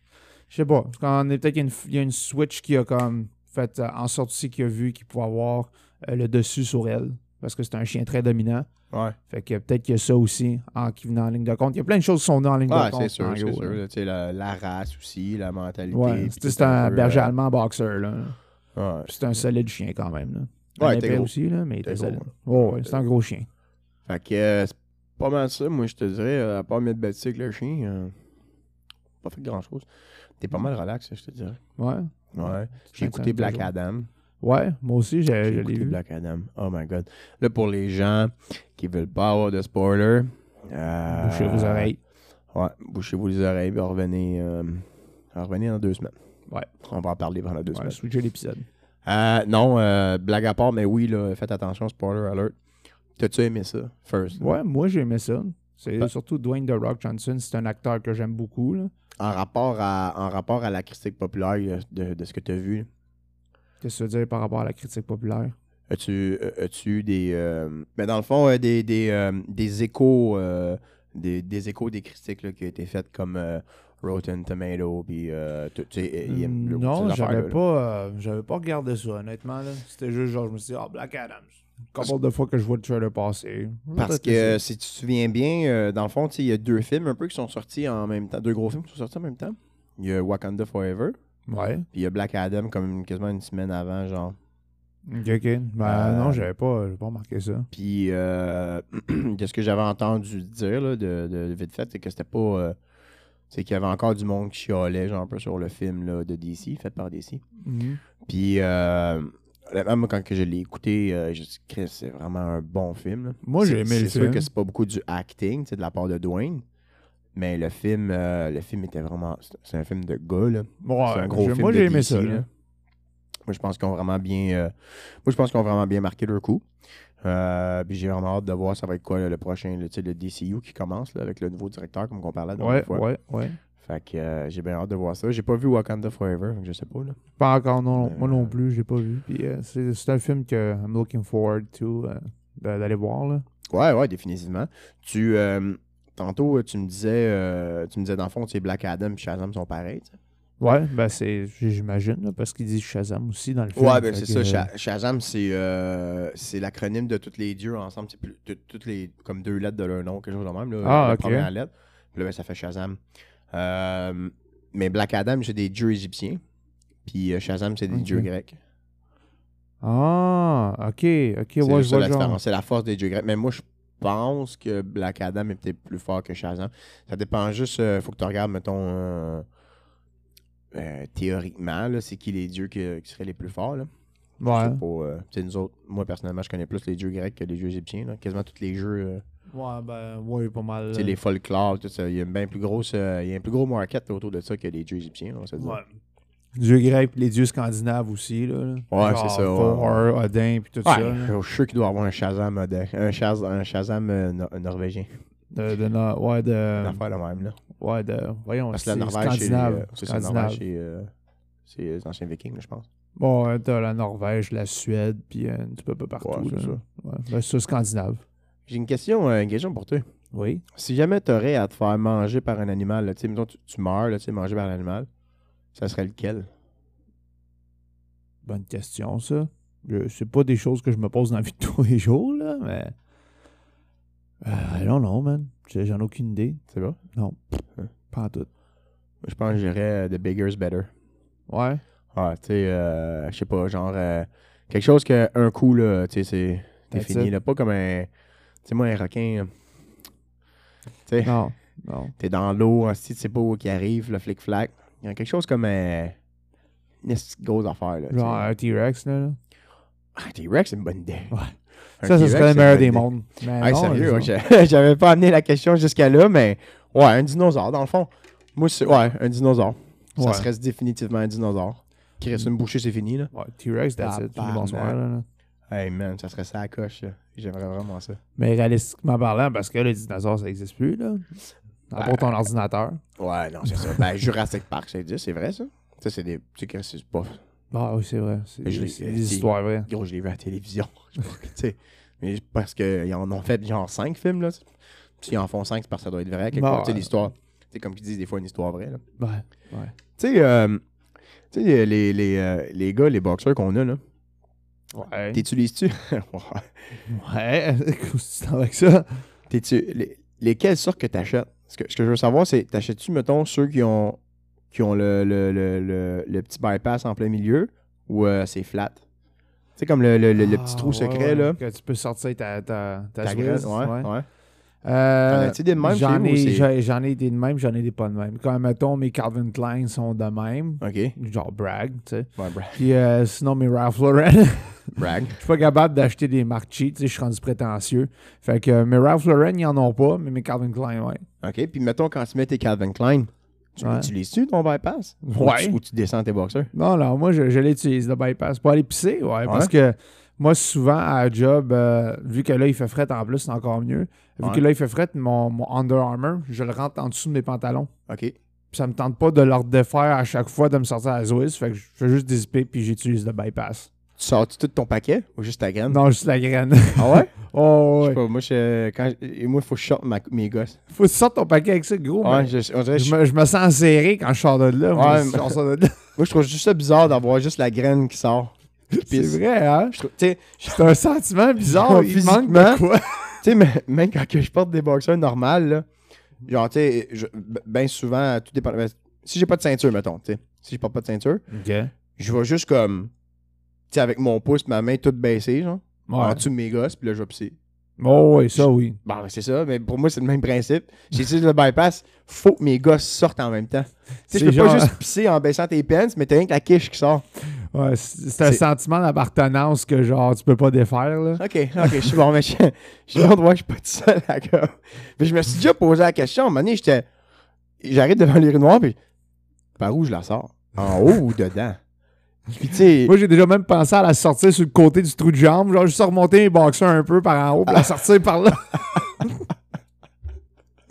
Speaker 2: je sais pas. Quand on est peut-être qu'il y a une f- il y, a une switch qui a comme fait euh, en sorte aussi qu'il a vu qu'il pouvait avoir euh, le dessus sur elle. Parce que c'est un chien très dominant.
Speaker 1: euh, Ouais.
Speaker 2: Fait que peut-être qu'il y a ça aussi en, qui venait en ligne de compte. Il y a plein de choses qui sont venues en ligne
Speaker 1: Ouais,
Speaker 2: de compte.
Speaker 1: Ah, c'est
Speaker 2: en
Speaker 1: sûr. C'est
Speaker 2: gros,
Speaker 1: sûr.
Speaker 2: là.
Speaker 1: là, tu sais, la, la race aussi, la mentalité.
Speaker 2: Ouais,
Speaker 1: puis
Speaker 2: c'est-
Speaker 1: tout,
Speaker 2: c'est un
Speaker 1: peu, euh,
Speaker 2: berger allemand boxer, là.
Speaker 1: Ouais.
Speaker 2: Puis C'est un solide chien quand même, là.
Speaker 1: Ouais,
Speaker 2: Un
Speaker 1: t'es
Speaker 2: épais
Speaker 1: gros.
Speaker 2: aussi, là, mais il
Speaker 1: T'es
Speaker 2: était
Speaker 1: gros,
Speaker 2: solide.
Speaker 1: hein.
Speaker 2: Ouais, ouais, c'est un gros chien.
Speaker 1: Fait que euh, c'est pas mal ça, moi je te dirais, euh, à part mettre bâti avec le chien, euh, pas fait grand chose. T'es pas mal relax, je te dirais.
Speaker 2: Ouais.
Speaker 1: Ouais. J'ai
Speaker 2: un
Speaker 1: écouté
Speaker 2: de
Speaker 1: Black
Speaker 2: jour.
Speaker 1: Adam.
Speaker 2: Ouais, moi aussi, j'ai je
Speaker 1: J'ai
Speaker 2: l'ai
Speaker 1: écouté
Speaker 2: vu.
Speaker 1: Black Adam. Oh my god. Là, pour les gens qui veulent pas avoir de spoiler, euh,
Speaker 2: Bouchez vos oreilles.
Speaker 1: Ouais, bouchez-vous les oreilles, puis revenez, euh, revenez dans deux semaines.
Speaker 2: Ouais.
Speaker 1: On va en parler pendant deux
Speaker 2: Ouais,
Speaker 1: semaines.
Speaker 2: switcher l'épisode.
Speaker 1: Euh, non, euh, blague à part, mais oui, là, faites attention, spoiler alert. T'as-tu aimé ça, first?
Speaker 2: Ouais, moi j'aimais ça. C'est
Speaker 1: Ben-
Speaker 2: surtout Dwayne The Rock Johnson, c'est un acteur que j'aime beaucoup. là.
Speaker 1: en rapport à, en rapport à la critique populaire là, de, de ce que tu as vu,
Speaker 2: Qu'est-ce que tu veux dire par rapport à la critique populaire?
Speaker 1: as-tu euh, as-tu eu des. euh, ben, dans le fond, euh, des, des, euh, des échos. euh, des, des échos des critiques là, qui ont été faites comme euh, Rotten Tomato, puis euh, tout, tu sais,
Speaker 2: Hum,
Speaker 1: IM, le-
Speaker 2: non,
Speaker 1: ces affaires-là,
Speaker 2: j'avais
Speaker 1: là.
Speaker 2: pas, euh, j'avais pas regardé ça, honnêtement. là. C'était juste genre, je me suis dit, ah, Black Adams. Combien de fois que je vois le trailer passer.
Speaker 1: Parce que si tu te souviens bien, euh, dans le fond, tu sais, il y a deux films un peu qui sont sortis en même temps, deux gros films qui sont sortis en même temps. Il y a Wakanda Forever,
Speaker 2: Ouais.
Speaker 1: puis il y a Black Adam comme quasiment une semaine avant, genre.
Speaker 2: Ok, ok. Ben
Speaker 1: Euh,
Speaker 2: non, j'avais pas, j'avais pas remarqué ça.
Speaker 1: Puis euh, de ce que j'avais entendu dire là, de, de, de vite fait, c'est que c'était pas. euh, c'est qu'il y avait encore du monde qui chialait genre un peu sur le film là, de DC, fait par DC. Mm-hmm. Puis euh, honnêtement, moi, quand que je l'ai écouté, euh, je me suis dit, Chris, c'est vraiment un bon film. là.
Speaker 2: Moi, j'ai
Speaker 1: C'est-
Speaker 2: aimé le
Speaker 1: C'est sûr
Speaker 2: film.
Speaker 1: que c'est pas beaucoup du acting tu sais, de la part de Dwayne. Mais le film, euh, le film était vraiment. c'est- C'est un film de gars, là.
Speaker 2: Ouais,
Speaker 1: c'est un gros
Speaker 2: j'ai-
Speaker 1: film.
Speaker 2: moi,
Speaker 1: de
Speaker 2: j'ai aimé
Speaker 1: DC,
Speaker 2: ça.
Speaker 1: là.
Speaker 2: là.
Speaker 1: Moi, je pense qu'ils ont vraiment bien. euh, moi, je pense qu'ils ont vraiment bien marqué leur coup. Euh, puis j'ai vraiment hâte de voir ça va être quoi là, le prochain, le, tu sais, le DCU qui commence là, avec le nouveau directeur, comme on parlait la dernière
Speaker 2: Ouais,
Speaker 1: fois.
Speaker 2: ouais, ouais.
Speaker 1: Fait que euh, j'ai bien hâte de voir ça. J'ai pas vu Wakanda Forever, donc je sais pas. Là.
Speaker 2: Pas encore, non. Moi
Speaker 1: Euh,
Speaker 2: non plus, j'ai pas vu. Puis euh, c'est c'est un film que I'm looking forward to euh, d'a- d'aller voir, là.
Speaker 1: Ouais, ouais, définitivement. Tu, euh, tantôt, tu me disais, euh, tu me disais dans le fond, tu sais, Black Adam et Shazam sont pareils. tu sais.
Speaker 2: Ouais, ben c'est, j- j'imagine, là, parce qu'il dit Shazam aussi dans le film.
Speaker 1: Ouais, ben
Speaker 2: fait
Speaker 1: c'est
Speaker 2: que-
Speaker 1: ça. Sha- Shazam, c'est euh, c'est l'acronyme de tous les dieux ensemble. C'est plus- tout- toutes les comme deux lettres de leur nom, quelque chose de même. Là,
Speaker 2: Ah,
Speaker 1: la
Speaker 2: ok.
Speaker 1: première lettre. Puis là, ben, ça fait Shazam. Euh, mais Black Adam, c'est des dieux égyptiens. Puis euh, Shazam, c'est des
Speaker 2: Ok.
Speaker 1: dieux grecs.
Speaker 2: Ah, ok, ok,
Speaker 1: C'est
Speaker 2: ouais,
Speaker 1: juste
Speaker 2: je
Speaker 1: ça
Speaker 2: vois
Speaker 1: la
Speaker 2: le genre.
Speaker 1: différence. C'est la force des dieux grecs. Mais moi, je pense que Black Adam est peut-être plus fort que Shazam. Ça dépend juste. euh, faut que tu regardes, mettons, euh, euh, théoriquement, là, c'est qui les dieux que- qui seraient les plus forts. Là.
Speaker 2: Ouais.
Speaker 1: C'est pas, euh, tu sais, nous autres, moi personnellement, je connais plus les dieux grecs que les dieux égyptiens. là. Quasiment tous les jeux, euh,
Speaker 2: Ouais, ben, ouais, pas mal.
Speaker 1: tu sais, les folklores, tout ça. Il y a une bien plus grosse, euh, il y a un plus gros market autour de ça que les dieux égyptiens. on va se dire.
Speaker 2: euh, Ouais. Dieux grecs, puis les dieux scandinaves aussi, là. là.
Speaker 1: Ouais,
Speaker 2: Genre
Speaker 1: c'est ça, ouais.
Speaker 2: Thor, Odin, puis tout
Speaker 1: Ouais,
Speaker 2: ça. là.
Speaker 1: je suis sûr qu'il doit avoir un Shazam, euh, de- un Shaz- un Shazam euh, nor- norvégien.
Speaker 2: De, de, no- ouais,
Speaker 1: Une
Speaker 2: de,
Speaker 1: affaire la même, là.
Speaker 2: ouais, de, voyons,
Speaker 1: Parce que
Speaker 2: c'est
Speaker 1: la Norvège, c'est les,
Speaker 2: scandinave.
Speaker 1: euh, c'est ça, la
Speaker 2: scandinave.
Speaker 1: Norvège, c'est, euh, c'est les anciens vikings, là, je pense.
Speaker 2: Bon, ouais, t'as la Norvège, la Suède, puis euh, un petit peu, peu partout.
Speaker 1: Ouais, c'est
Speaker 2: là.
Speaker 1: ça.
Speaker 2: Ouais, ben, c'est ça, scandinave.
Speaker 1: J'ai une question, euh, une question pour toi.
Speaker 2: Oui.
Speaker 1: Si jamais tu aurais à te faire manger par un animal, là, tu sais, mettons, tu, tu meurs, là, tu sais, mangé par un animal, ça serait lequel?
Speaker 2: Bonne question, ça. Je- C'est pas des choses que je me pose dans la vie de tous les jours, là, mais. Euh, I don't know, man. J'ai- J'en ai aucune idée.
Speaker 1: C'est bon?
Speaker 2: Non.
Speaker 1: Hein?
Speaker 2: Pas en tout.
Speaker 1: Je pense que j'irais euh, The Bigger's Better.
Speaker 2: Ouais.
Speaker 1: Ah, tu sais, euh, je sais pas, genre, euh, quelque chose que un coup, là, tu sais, c'est t'es
Speaker 2: That's
Speaker 1: fini,
Speaker 2: it.
Speaker 1: là, pas comme un, tu sais, moi, un requin, euh, tu sais,
Speaker 2: Non. Non.
Speaker 1: t'es dans l'eau, hein, si tu sais pas où qui arrive, le flic-flac, il y a quelque chose comme euh, une esti de grosse affaire, là, tu sais.
Speaker 2: Genre un T-Rex, là. là.
Speaker 1: Ah, T-Rex, c'est une bonne idée.
Speaker 2: Ouais.
Speaker 1: Un
Speaker 2: Ça, ça
Speaker 1: T-Rex,
Speaker 2: serait le
Speaker 1: c'est une
Speaker 2: meilleur
Speaker 1: bonne
Speaker 2: des
Speaker 1: idée.
Speaker 2: mondes. Mais
Speaker 1: Hey,
Speaker 2: non,
Speaker 1: sérieux,
Speaker 2: là,
Speaker 1: ouais, j'a- j'avais pas amené la question jusqu'à là, mais ouais, un dinosaure, dans le fond. Moi, c'est, ouais, un dinosaure. Ça
Speaker 2: Ouais.
Speaker 1: serait définitivement un dinosaure. Qui reste une bouchée, c'est fini, là.
Speaker 2: Ouais, T-Rex, that's it.
Speaker 1: Tabarnak.
Speaker 2: Bonsoir, là, là.
Speaker 1: Hey man, ça serait ça à la coche. là. J'aimerais vraiment ça.
Speaker 2: Mais réalistiquement parlant, parce que les dinosaures, ça n'existe plus, là. À
Speaker 1: Ben,
Speaker 2: part ton ordinateur.
Speaker 1: Ouais, non, c'est ça. Ben, Jurassic Park, ça existe, c'est vrai ça? Ça, c'est des. Tu sais, que c'est pas.
Speaker 2: Ah oui, c'est vrai. C'est
Speaker 1: Je l'ai-
Speaker 2: c'est des histoires vraies.
Speaker 1: Gros, je l'ai vu à la télévision. Je sais pas, tu sais. Mais parce qu'ils en ont fait genre 5 films, là. S'ils en font 5, c'est parce que ça doit être vrai. Quelque
Speaker 2: Bah,
Speaker 1: part, tu sais,
Speaker 2: ouais.
Speaker 1: l'histoire. Tu sais, comme ils disent, des fois, une histoire vraie, là.
Speaker 2: Ouais. Ouais.
Speaker 1: Tu sais, euh, tu sais, les, les, euh, les gars, les boxeurs qu'on a, là,
Speaker 2: Ouais.
Speaker 1: t'utilises-tu? Ouais.
Speaker 2: Ouais. Qu'est-ce que tu t'en vas avec ça?
Speaker 1: T'es-tu. les- lesquelles sortes que t'achètes? Ce que, ce que je veux savoir, c'est t'achètes-tu, mettons, ceux qui ont qui ont le, le, le, le, le petit bypass en plein milieu ou euh, c'est flat? Tu sais, comme le, le, le, le petit
Speaker 2: Ah,
Speaker 1: trou
Speaker 2: ouais,
Speaker 1: secret,
Speaker 2: ouais,
Speaker 1: là.
Speaker 2: Que tu peux sortir ta, ta, ta,
Speaker 1: Ta graine,
Speaker 2: Swiss,
Speaker 1: ouais, ouais.
Speaker 2: Euh,
Speaker 1: T'en as-tu des de même,
Speaker 2: J'en
Speaker 1: chez vous,
Speaker 2: ai,
Speaker 1: c'est-
Speaker 2: j'ai- j'en ai des de même, j'en ai des pas de même. Comme, mettons, mes Calvin Klein sont de même.
Speaker 1: OK.
Speaker 2: Genre brag, tu sais.
Speaker 1: Ouais, brag.
Speaker 2: Puis euh, sinon, mes Ralph Lauren, je
Speaker 1: brag.
Speaker 2: suis pas capable d'acheter des marques cheap, tu sais, je suis rendu prétentieux. Fait que euh, mes Ralph Lauren, ils en ont pas, mais mes Calvin Klein, ouais.
Speaker 1: OK. Puis, mettons, quand tu mets tes Calvin Klein, tu
Speaker 2: Ouais.
Speaker 1: l'utilises-tu ton bypass? Ou
Speaker 2: Ouais.
Speaker 1: tu- Ou tu, descends tes boxeurs?
Speaker 2: Non, non, moi, je, je l'utilise, le bypass. Pour aller pisser, ouais, parce que moi, souvent, à la job, euh, vu que là, il fait fret en plus, c'est encore mieux. Vu
Speaker 1: Ouais.
Speaker 2: que là, il fait fret, mon, mon Under Armour, je le rentre en dessous de mes pantalons.
Speaker 1: OK.
Speaker 2: Puis ça me tente pas de leur défaire à chaque fois de me sortir à la Zwiss. Fait que je fais juste dissiper puis j'utilise le bypass.
Speaker 1: Tu sors-tu tout ton paquet ou juste ta graine?
Speaker 2: Non, juste la graine.
Speaker 1: Ah ouais?
Speaker 2: oh,
Speaker 1: Je sais
Speaker 2: ouais.
Speaker 1: pas, moi, je, quand, et moi, il faut que je sorte ma- mes gosses.
Speaker 2: Faut que tu sortes ton paquet avec ça, gros.
Speaker 1: Ouais,
Speaker 2: mais
Speaker 1: je, on dirait,
Speaker 2: je,
Speaker 1: je-
Speaker 2: me, je me sens serré quand je sors de là. moi,
Speaker 1: Ouais,
Speaker 2: je
Speaker 1: mais-
Speaker 2: sors ça de là.
Speaker 1: moi, je trouve juste ça bizarre d'avoir juste la graine qui sort.
Speaker 2: C'est vrai, hein?
Speaker 1: Je trouve- Tu sais,
Speaker 2: C'est un sentiment bizarre. Il manque
Speaker 1: Physiquement,
Speaker 2: de quoi?
Speaker 1: Tu sais, mais- même quand que je porte des boxeurs normales, là, genre, tu sais, je- ben ben souvent, tout dépend. ben, si j'ai pas de ceinture, mettons, tu sais, si je porte pas de ceinture, je vais juste comme, tu sais, avec mon pouce, ma main toute baissée, genre, en
Speaker 2: Ouais.
Speaker 1: dessous de mes gosses, puis là, je vais pisser.
Speaker 2: Oh, oui, ça, oui.
Speaker 1: Bon, ben, c'est ça, mais pour moi, c'est le même principe. J'utilise le bypass, faut que mes gosses sortent en même temps. Tu sais, je
Speaker 2: C'est
Speaker 1: peux pas
Speaker 2: genre-
Speaker 1: juste pisser en baissant tes pants, mais t'as rien que la quiche qui sort.
Speaker 2: Ouais, c'est c'est un
Speaker 1: C'est-
Speaker 2: sentiment d'appartenance que, genre, tu peux pas défaire, là.
Speaker 1: Ok, ok, je suis bon, mais je je suis bon de voir que je suis pas tout seul à comme. Mais je me suis déjà posé la question. À un moment donné, j'étais. J'arrive devant l'urinoir, puis. Par où je la sors En haut ou dedans Puis, tu sais.
Speaker 2: Moi, j'ai déjà même pensé à la sortir sur le côté du trou de jambe. Genre, juste remonter mes boxeurs un peu par en haut, puis la sortir par là.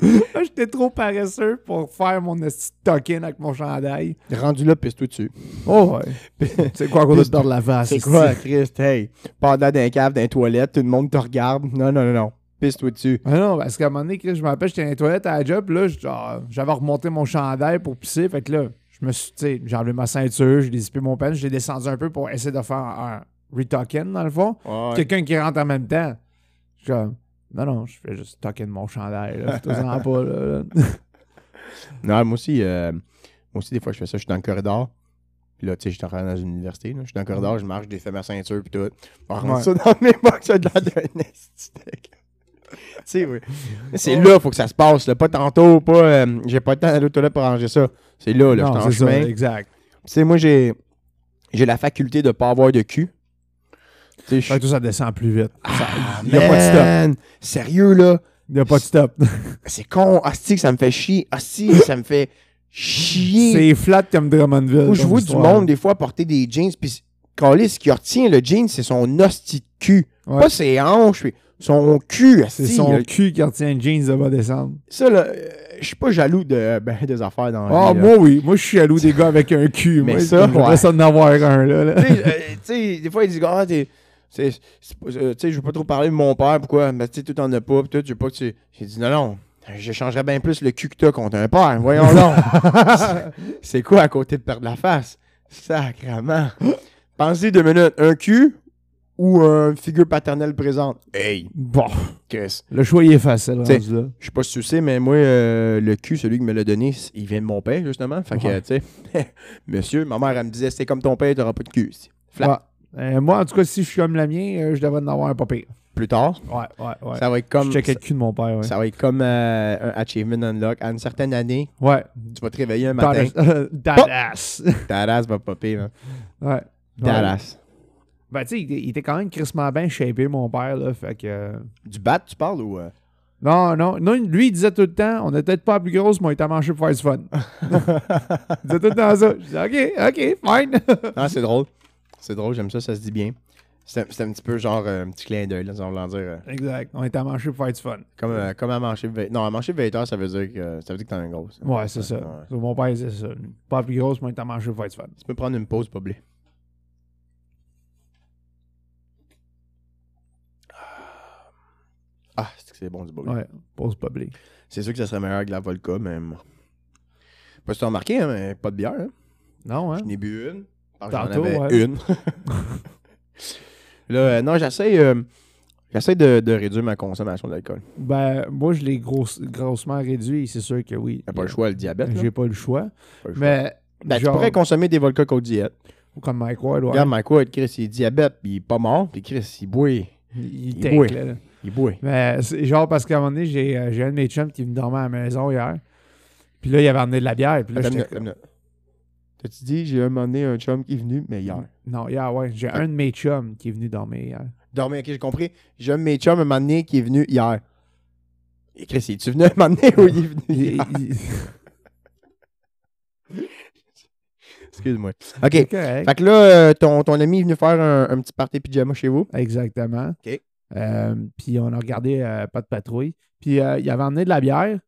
Speaker 2: Là, J'étais trop paresseux pour faire mon esti de token avec mon chandail.
Speaker 1: Rendu là, pisse-toi dessus.
Speaker 2: Oh, ouais. C'est quoi qu'on doit te de la face?
Speaker 1: C'est
Speaker 2: esti?
Speaker 1: quoi, Christ Hey, pas dans un cave, dans les toilettes, tout le monde te regarde. Non, non, non, non. Pisse-toi dessus.
Speaker 2: Ah non, parce qu'à un moment donné, Chris, je me rappelle, j'étais dans les toilettes à la job, puis là, je- genre, j'avais remonté mon chandail pour pisser, fait que là, je me suis, tu sais, j'ai enlevé ma ceinture, j'ai dézippé mon pen, je l'ai descendu un peu pour essayer de faire un retoken, dans le fond.
Speaker 1: Ouais.
Speaker 2: Quelqu'un qui rentre en même temps, je suis comme, non, non, je fais juste token mon chandail, là, fais-toi-en pas, là, là.
Speaker 1: Non, moi aussi, euh, moi aussi, des fois, je fais ça. Je suis dans le corridor. Puis là, tu sais, je suis en train dans une université. là. Je suis dans le corridor, je marche, je défais ma ceinture, puis tout. On rentre
Speaker 2: Mm-hmm. Ouais.
Speaker 1: ça dans mes box, ça a l'air d'un esti de gueule. Tu sais, oui. Mais C'est
Speaker 2: Ouais.
Speaker 1: là, faut que ça se passe. Là. Pas tantôt, pas. euh, j'ai pas le temps d'aller aux toilettes pour ranger ça. C'est là, là,
Speaker 2: Non,
Speaker 1: je
Speaker 2: c'est
Speaker 1: suis en
Speaker 2: ça,
Speaker 1: chemin. Tu
Speaker 2: exact.
Speaker 1: sais, moi, j'ai, j'ai la faculté de pas avoir de cul. Tu sais, je
Speaker 2: Fait que tout ça descend plus vite.
Speaker 1: Ah,
Speaker 2: y a pas de stop.
Speaker 1: man! Sérieux, là.
Speaker 2: Il n'y a pas de stop.
Speaker 1: C'est con. Asti, que ça me fait chier. Asti, que ça me fait chier.
Speaker 2: C'est flat comme Drummondville.
Speaker 1: Moi, je
Speaker 2: comme
Speaker 1: vois du
Speaker 2: histoire.
Speaker 1: monde des fois porter des jeans, puis Calis, ce qui retient le jean, c'est son hostie de cul.
Speaker 2: Ouais.
Speaker 1: Pas ses hanches, puis son cul.
Speaker 2: C'est
Speaker 1: asti,
Speaker 2: son
Speaker 1: là.
Speaker 2: cul qui retient le jeans de bas descendre.
Speaker 1: Ça, là, euh, je suis pas jaloux de, euh, ben, des affaires dans la
Speaker 2: Ah,
Speaker 1: vie, là.
Speaker 2: moi, oui. Moi, je suis jaloux des gars avec un cul.
Speaker 1: euh, Mais
Speaker 2: moi,
Speaker 1: ça,
Speaker 2: j'aimerais
Speaker 1: ouais.
Speaker 2: ça d'en avoir un, là. là.
Speaker 1: Tu sais, euh, tu sais, des fois, ils disent, ah, t'es. c'est- c'est pas- euh, Tu sais, je veux pas trop parler de mon père, pourquoi? Mais tu sais, tout en as pas, pis tout, je veux pas que tu. J'ai dit, non, non, j'échangerais bien plus le cul que t'as contre un père, voyons donc. c'est quoi à côté de perdre la face? Sacrement. Pensez deux minutes, un cul ou une figure paternelle présente? Hey,
Speaker 2: Bon,
Speaker 1: Chris.
Speaker 2: le choix, il est facile, rendu
Speaker 1: T'sais,
Speaker 2: là.
Speaker 1: Je sais pas si tu sais, mais moi, euh, le cul, celui qui me l'a donné, c- il vient de mon père, justement. Fait que,
Speaker 2: Ouais.
Speaker 1: tu sais, monsieur, ma mère, elle me disait, c'est comme ton père, t'auras pas de cul. Flat.
Speaker 2: Ouais. Euh, moi, en tout cas, si je suis comme le mien, euh, je devrais en avoir un pas pire.
Speaker 1: Plus tard,
Speaker 2: Ouais, ouais, ouais.
Speaker 1: ça va être comme.
Speaker 2: je checkais le cul de mon père, ouais.
Speaker 1: Ça va être comme euh, un achievement unlock. À une certaine année,
Speaker 2: Ouais.
Speaker 1: tu vas te réveiller un matin.
Speaker 2: Dallas. Dallas.
Speaker 1: Dallas va popper. Hein.
Speaker 2: ouais. Ouais.
Speaker 1: Dallas.
Speaker 2: Ben, tu sais, il, il était quand même crissement bien shapé, mon père, là. Fait que. euh,
Speaker 1: Du bat, tu parles ou. euh?
Speaker 2: Non, non, non, lui, il disait tout le temps, on n'est peut-être pas la plus grosse, mais on est à manger pour faire du fun. il disait tout le temps ça. Je disais, OK, OK, fine.
Speaker 1: Ah, c'est drôle. C'est drôle, j'aime ça, ça se dit bien. C'est un, c'est un petit peu genre euh, un petit clin d'œil, là, si on veut en dire. euh,
Speaker 2: exact, on est à manger pour faire du fun.
Speaker 1: comme, euh, comme à manger 20 Non, à manger 20 heures, ça veut dire que ça veut dire que t'en as un gros. ça.
Speaker 2: Ouais, c'est ça.
Speaker 1: Ouais.
Speaker 2: Donc, Mon père disait ça. Pas la plus grosse, mais t'as mangé pour être fun.
Speaker 1: Tu peux prendre une pause, pas blé. Ah, c'est que c'est bon du boblé.
Speaker 2: Ouais, pause publique.
Speaker 1: C'est sûr que ça serait meilleur que la vodka, mais. moi- Pas si t'as remarqué, hein, mais pas de bière. Hein.
Speaker 2: Non, hein?
Speaker 1: J'en ai bu une. Alors, J'en
Speaker 2: Tantôt,
Speaker 1: avais
Speaker 2: ouais.
Speaker 1: une. là, euh, non, j'essaie euh, j'essaie de, de réduire ma consommation d'alcool.
Speaker 2: Ben, moi, je l'ai gros- grossement réduit, c'est sûr que oui.
Speaker 1: T'as pas le choix, le diabète. là.
Speaker 2: J'ai pas le choix.
Speaker 1: Pas le choix.
Speaker 2: Mais,
Speaker 1: Ben,
Speaker 2: genre,
Speaker 1: Tu pourrais consommer des vodka coke diète.
Speaker 2: comme Mike Ward, ouais,
Speaker 1: Regarde, Mike Ward, Chris, il est diabète, puis il est pas mort, puis Chris, il boit.
Speaker 2: il,
Speaker 1: il
Speaker 2: il
Speaker 1: boit.
Speaker 2: tank, là, là.
Speaker 1: Il boit.
Speaker 2: Mais c'est genre parce qu'à un moment donné, j'ai euh, j'ai un de mes chums qui me dormait à la maison hier. Puis là, il avait amené de la bière. Puis là,
Speaker 1: Attends une
Speaker 2: j'étais
Speaker 1: minute, attends une minute. T'as-tu dit, j'ai un moment donné un chum qui est venu, mais hier.
Speaker 2: Non, hier, ouais. J'ai un de mes chums qui est venu dormir hier.
Speaker 1: Dormir, ok, j'ai compris. J'ai un de mes chums un moment donné qui est venu hier. Et Chris, es-tu venu un moment donné ou il est venu
Speaker 2: Il-
Speaker 1: hier?
Speaker 2: il-
Speaker 1: Excuse-moi. OK.
Speaker 2: C'est correct.
Speaker 1: Fait que là, euh, ton, ton ami est venu faire un, un petit party pyjama chez vous.
Speaker 2: Exactement.
Speaker 1: OK.
Speaker 2: Euh, puis on a regardé euh, Pas de patrouille. Puis euh, il avait emmené de la bière.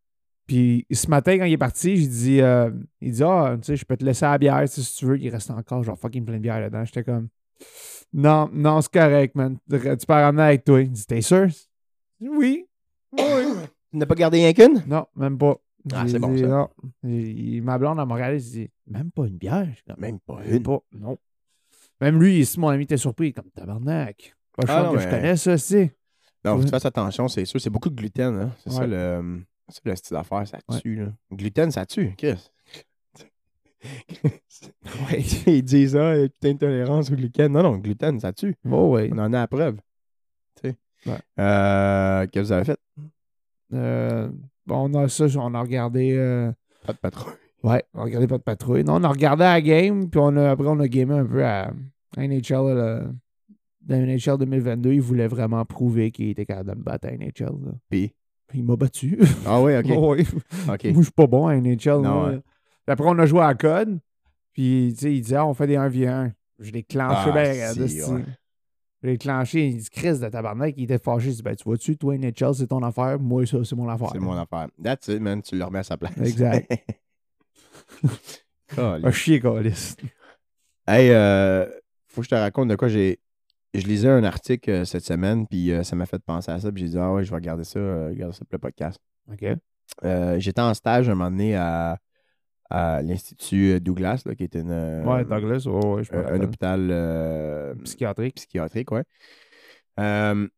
Speaker 2: Puis ce matin, quand il est parti, j'ai dit, euh, il dit, ah, tu sais, je peux te laisser la bière tu sais, si tu veux. Il reste encore, genre, fucking plein de bière dedans. J'étais comme, Non, non, c'est correct, man. Tu peux la ramener avec toi. Il dit, t'es sûr? Oui.
Speaker 1: Oui. Tu n'as pas gardé rien qu'une?
Speaker 2: Non, même pas.
Speaker 1: Ah,
Speaker 2: J'ai
Speaker 1: c'est bon,
Speaker 2: dit,
Speaker 1: ça.
Speaker 2: Non. Il- il- ma blonde à Montréal, il dit, même pas une bière. Je suis comme,
Speaker 1: Même pas
Speaker 2: Même
Speaker 1: une.
Speaker 2: pas, non. Même lui, ici, mon ami était surpris. Il est comme, tabarnak. Pas
Speaker 1: Ah,
Speaker 2: sûr
Speaker 1: non,
Speaker 2: que
Speaker 1: mais-
Speaker 2: je connais ça, c'est.
Speaker 1: Non, faut que
Speaker 2: Ouais.
Speaker 1: tu fasses attention, c'est sûr. C'est beaucoup de gluten, hein. C'est ça
Speaker 2: Ouais.
Speaker 1: le. C'est le style d'affaire, ça
Speaker 2: Ouais.
Speaker 1: tue, là. Gluten, ça tue, Chris. Ils disent ça, euh, putain, intolérance au gluten. Non, non, gluten, ça tue.
Speaker 2: Oh, ouais.
Speaker 1: On en a la preuve. Tu sais.
Speaker 2: Ouais.
Speaker 1: Euh, Qu'est-ce que vous avez fait?
Speaker 2: Euh, bon, on a ça, on a regardé. euh,
Speaker 1: Pas de patrouille.
Speaker 2: Ouais, on a regardé pas de patrouille. Non, on a regardé la game, puis on a, après, on a gamé un peu à NHL. Là, dans NHL 2022, il voulait vraiment prouver qu'il était capable de me battre à NHL. là.
Speaker 1: Puis-
Speaker 2: Il m'a battu.
Speaker 1: Ah oui, ok.
Speaker 2: Oh. Ouais.
Speaker 1: ok.
Speaker 2: Moi, je suis pas bon à
Speaker 1: Non,
Speaker 2: NHL. là.
Speaker 1: ouais.
Speaker 2: Puis Après, on a joué à code, puis tu sais, il disait, Ah, on fait des 1v1. Je l'ai clenché,
Speaker 1: Ah,
Speaker 2: ben, regarde,
Speaker 1: si,
Speaker 2: c'est-
Speaker 1: ouais.
Speaker 2: Je l'ai clenché, il dit, Chris de tabarnak, il était fâché. Il dit, ben, tu vois-tu, toi, NHL, c'est ton affaire. Moi, ça, c'est mon affaire.
Speaker 1: C'est mon affaire. That's it, man. Tu le remets à sa place.
Speaker 2: Exact.
Speaker 1: Colin.
Speaker 2: Un Ah, chier, câlisse.
Speaker 1: Hey, euh, faut que je te raconte de quoi j'ai. Je lisais un article euh, cette semaine, puis euh, ça m'a fait penser à ça, puis j'ai dit, ah ouais, je vais regarder ça, euh, regarder ça pour le podcast.
Speaker 2: OK.
Speaker 1: Euh, J'étais en stage un moment donné à, à l'Institut Douglas, là, qui est une, euh,
Speaker 2: Ouais, Douglas, ouais, ouais, je
Speaker 1: euh, un
Speaker 2: peux.
Speaker 1: hôpital euh,
Speaker 2: Psychiatrique.
Speaker 1: psychiatrique, ouais. Euh,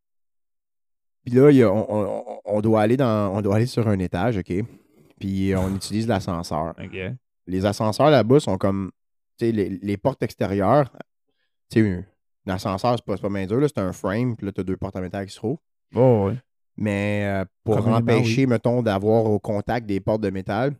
Speaker 1: puis là, il y a- on, on- on doit aller dans, on doit aller sur un étage, OK? Puis on utilise l'ascenseur.
Speaker 2: OK.
Speaker 1: les ascenseurs là-bas sont comme tu sais, les, les portes extérieures. Tu sais, un- un ascenseur, c'est pas, c'est pas bien dur, là, c'est un frame, puis là, t'as deux portes en métal qui se trouvent.
Speaker 2: Oh, ouais.
Speaker 1: Mais euh, pour
Speaker 2: Communément,
Speaker 1: empêcher, mettons, d'avoir au contact des portes de métal,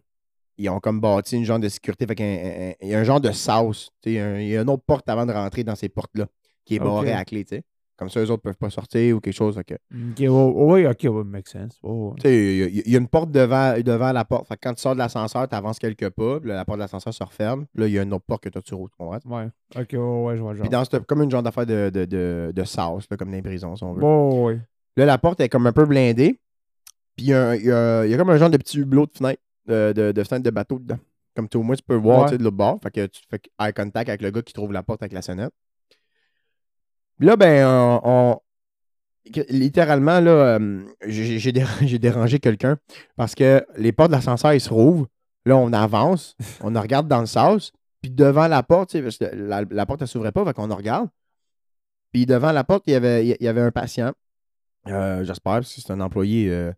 Speaker 1: ils ont comme bâti une genre de sécurité. Fait qu'un- un, un- il y a un genre de sauce. Tu sais, Il y, a un- il y a une autre porte avant de rentrer dans ces portes-là qui est
Speaker 2: Ok.
Speaker 1: barrée à clé, tu sais. Comme ça, eux autres peuvent pas sortir ou quelque chose. Fait que-
Speaker 2: OK, ouais, ouais, OK, ouais, make sense. Ouais, ouais.
Speaker 1: tu sais, il y a- il y, a une porte devant, devant la porte. Fait que quand tu sors de l'ascenseur, tu avances quelques pas, puis là, la porte de l'ascenseur se referme. Puis Là, il y a une autre porte que toi, tu roules, tu comprends?
Speaker 2: Ouais. OK, ouais, ouais, je vois le genre.
Speaker 1: Puis dans cette- comme une genre d'affaire de, de, de, de sauce, là, comme dans les prisons, si on veut.
Speaker 2: Bon, ouais.
Speaker 1: Là, la porte est comme un peu blindée. Puis il y a, il y a- il y a comme un genre de petit hublot de fenêtre, de, de, de fenêtre de bateau dedans. Comme tu, au moins, tu peux voir
Speaker 2: Ouais.
Speaker 1: tu sais, de l'autre bord. Fait que tu fais eye contact avec le gars qui trouve la porte avec la sonnette. Puis là, ben, on. on- que- littéralement, là, euh, j'ai j'ai déra- j'ai dérangé quelqu'un parce que les portes de l'ascenseur, ils se rouvrent. Là, on avance, on regarde dans le sas. Puis devant la porte, tu sais, parce que la, la porte, elle s'ouvrait pas, fait qu'on en regarde. Puis devant la porte, il y avait, il y avait un patient. Euh, J'espère, parce que c'est un employé. euh,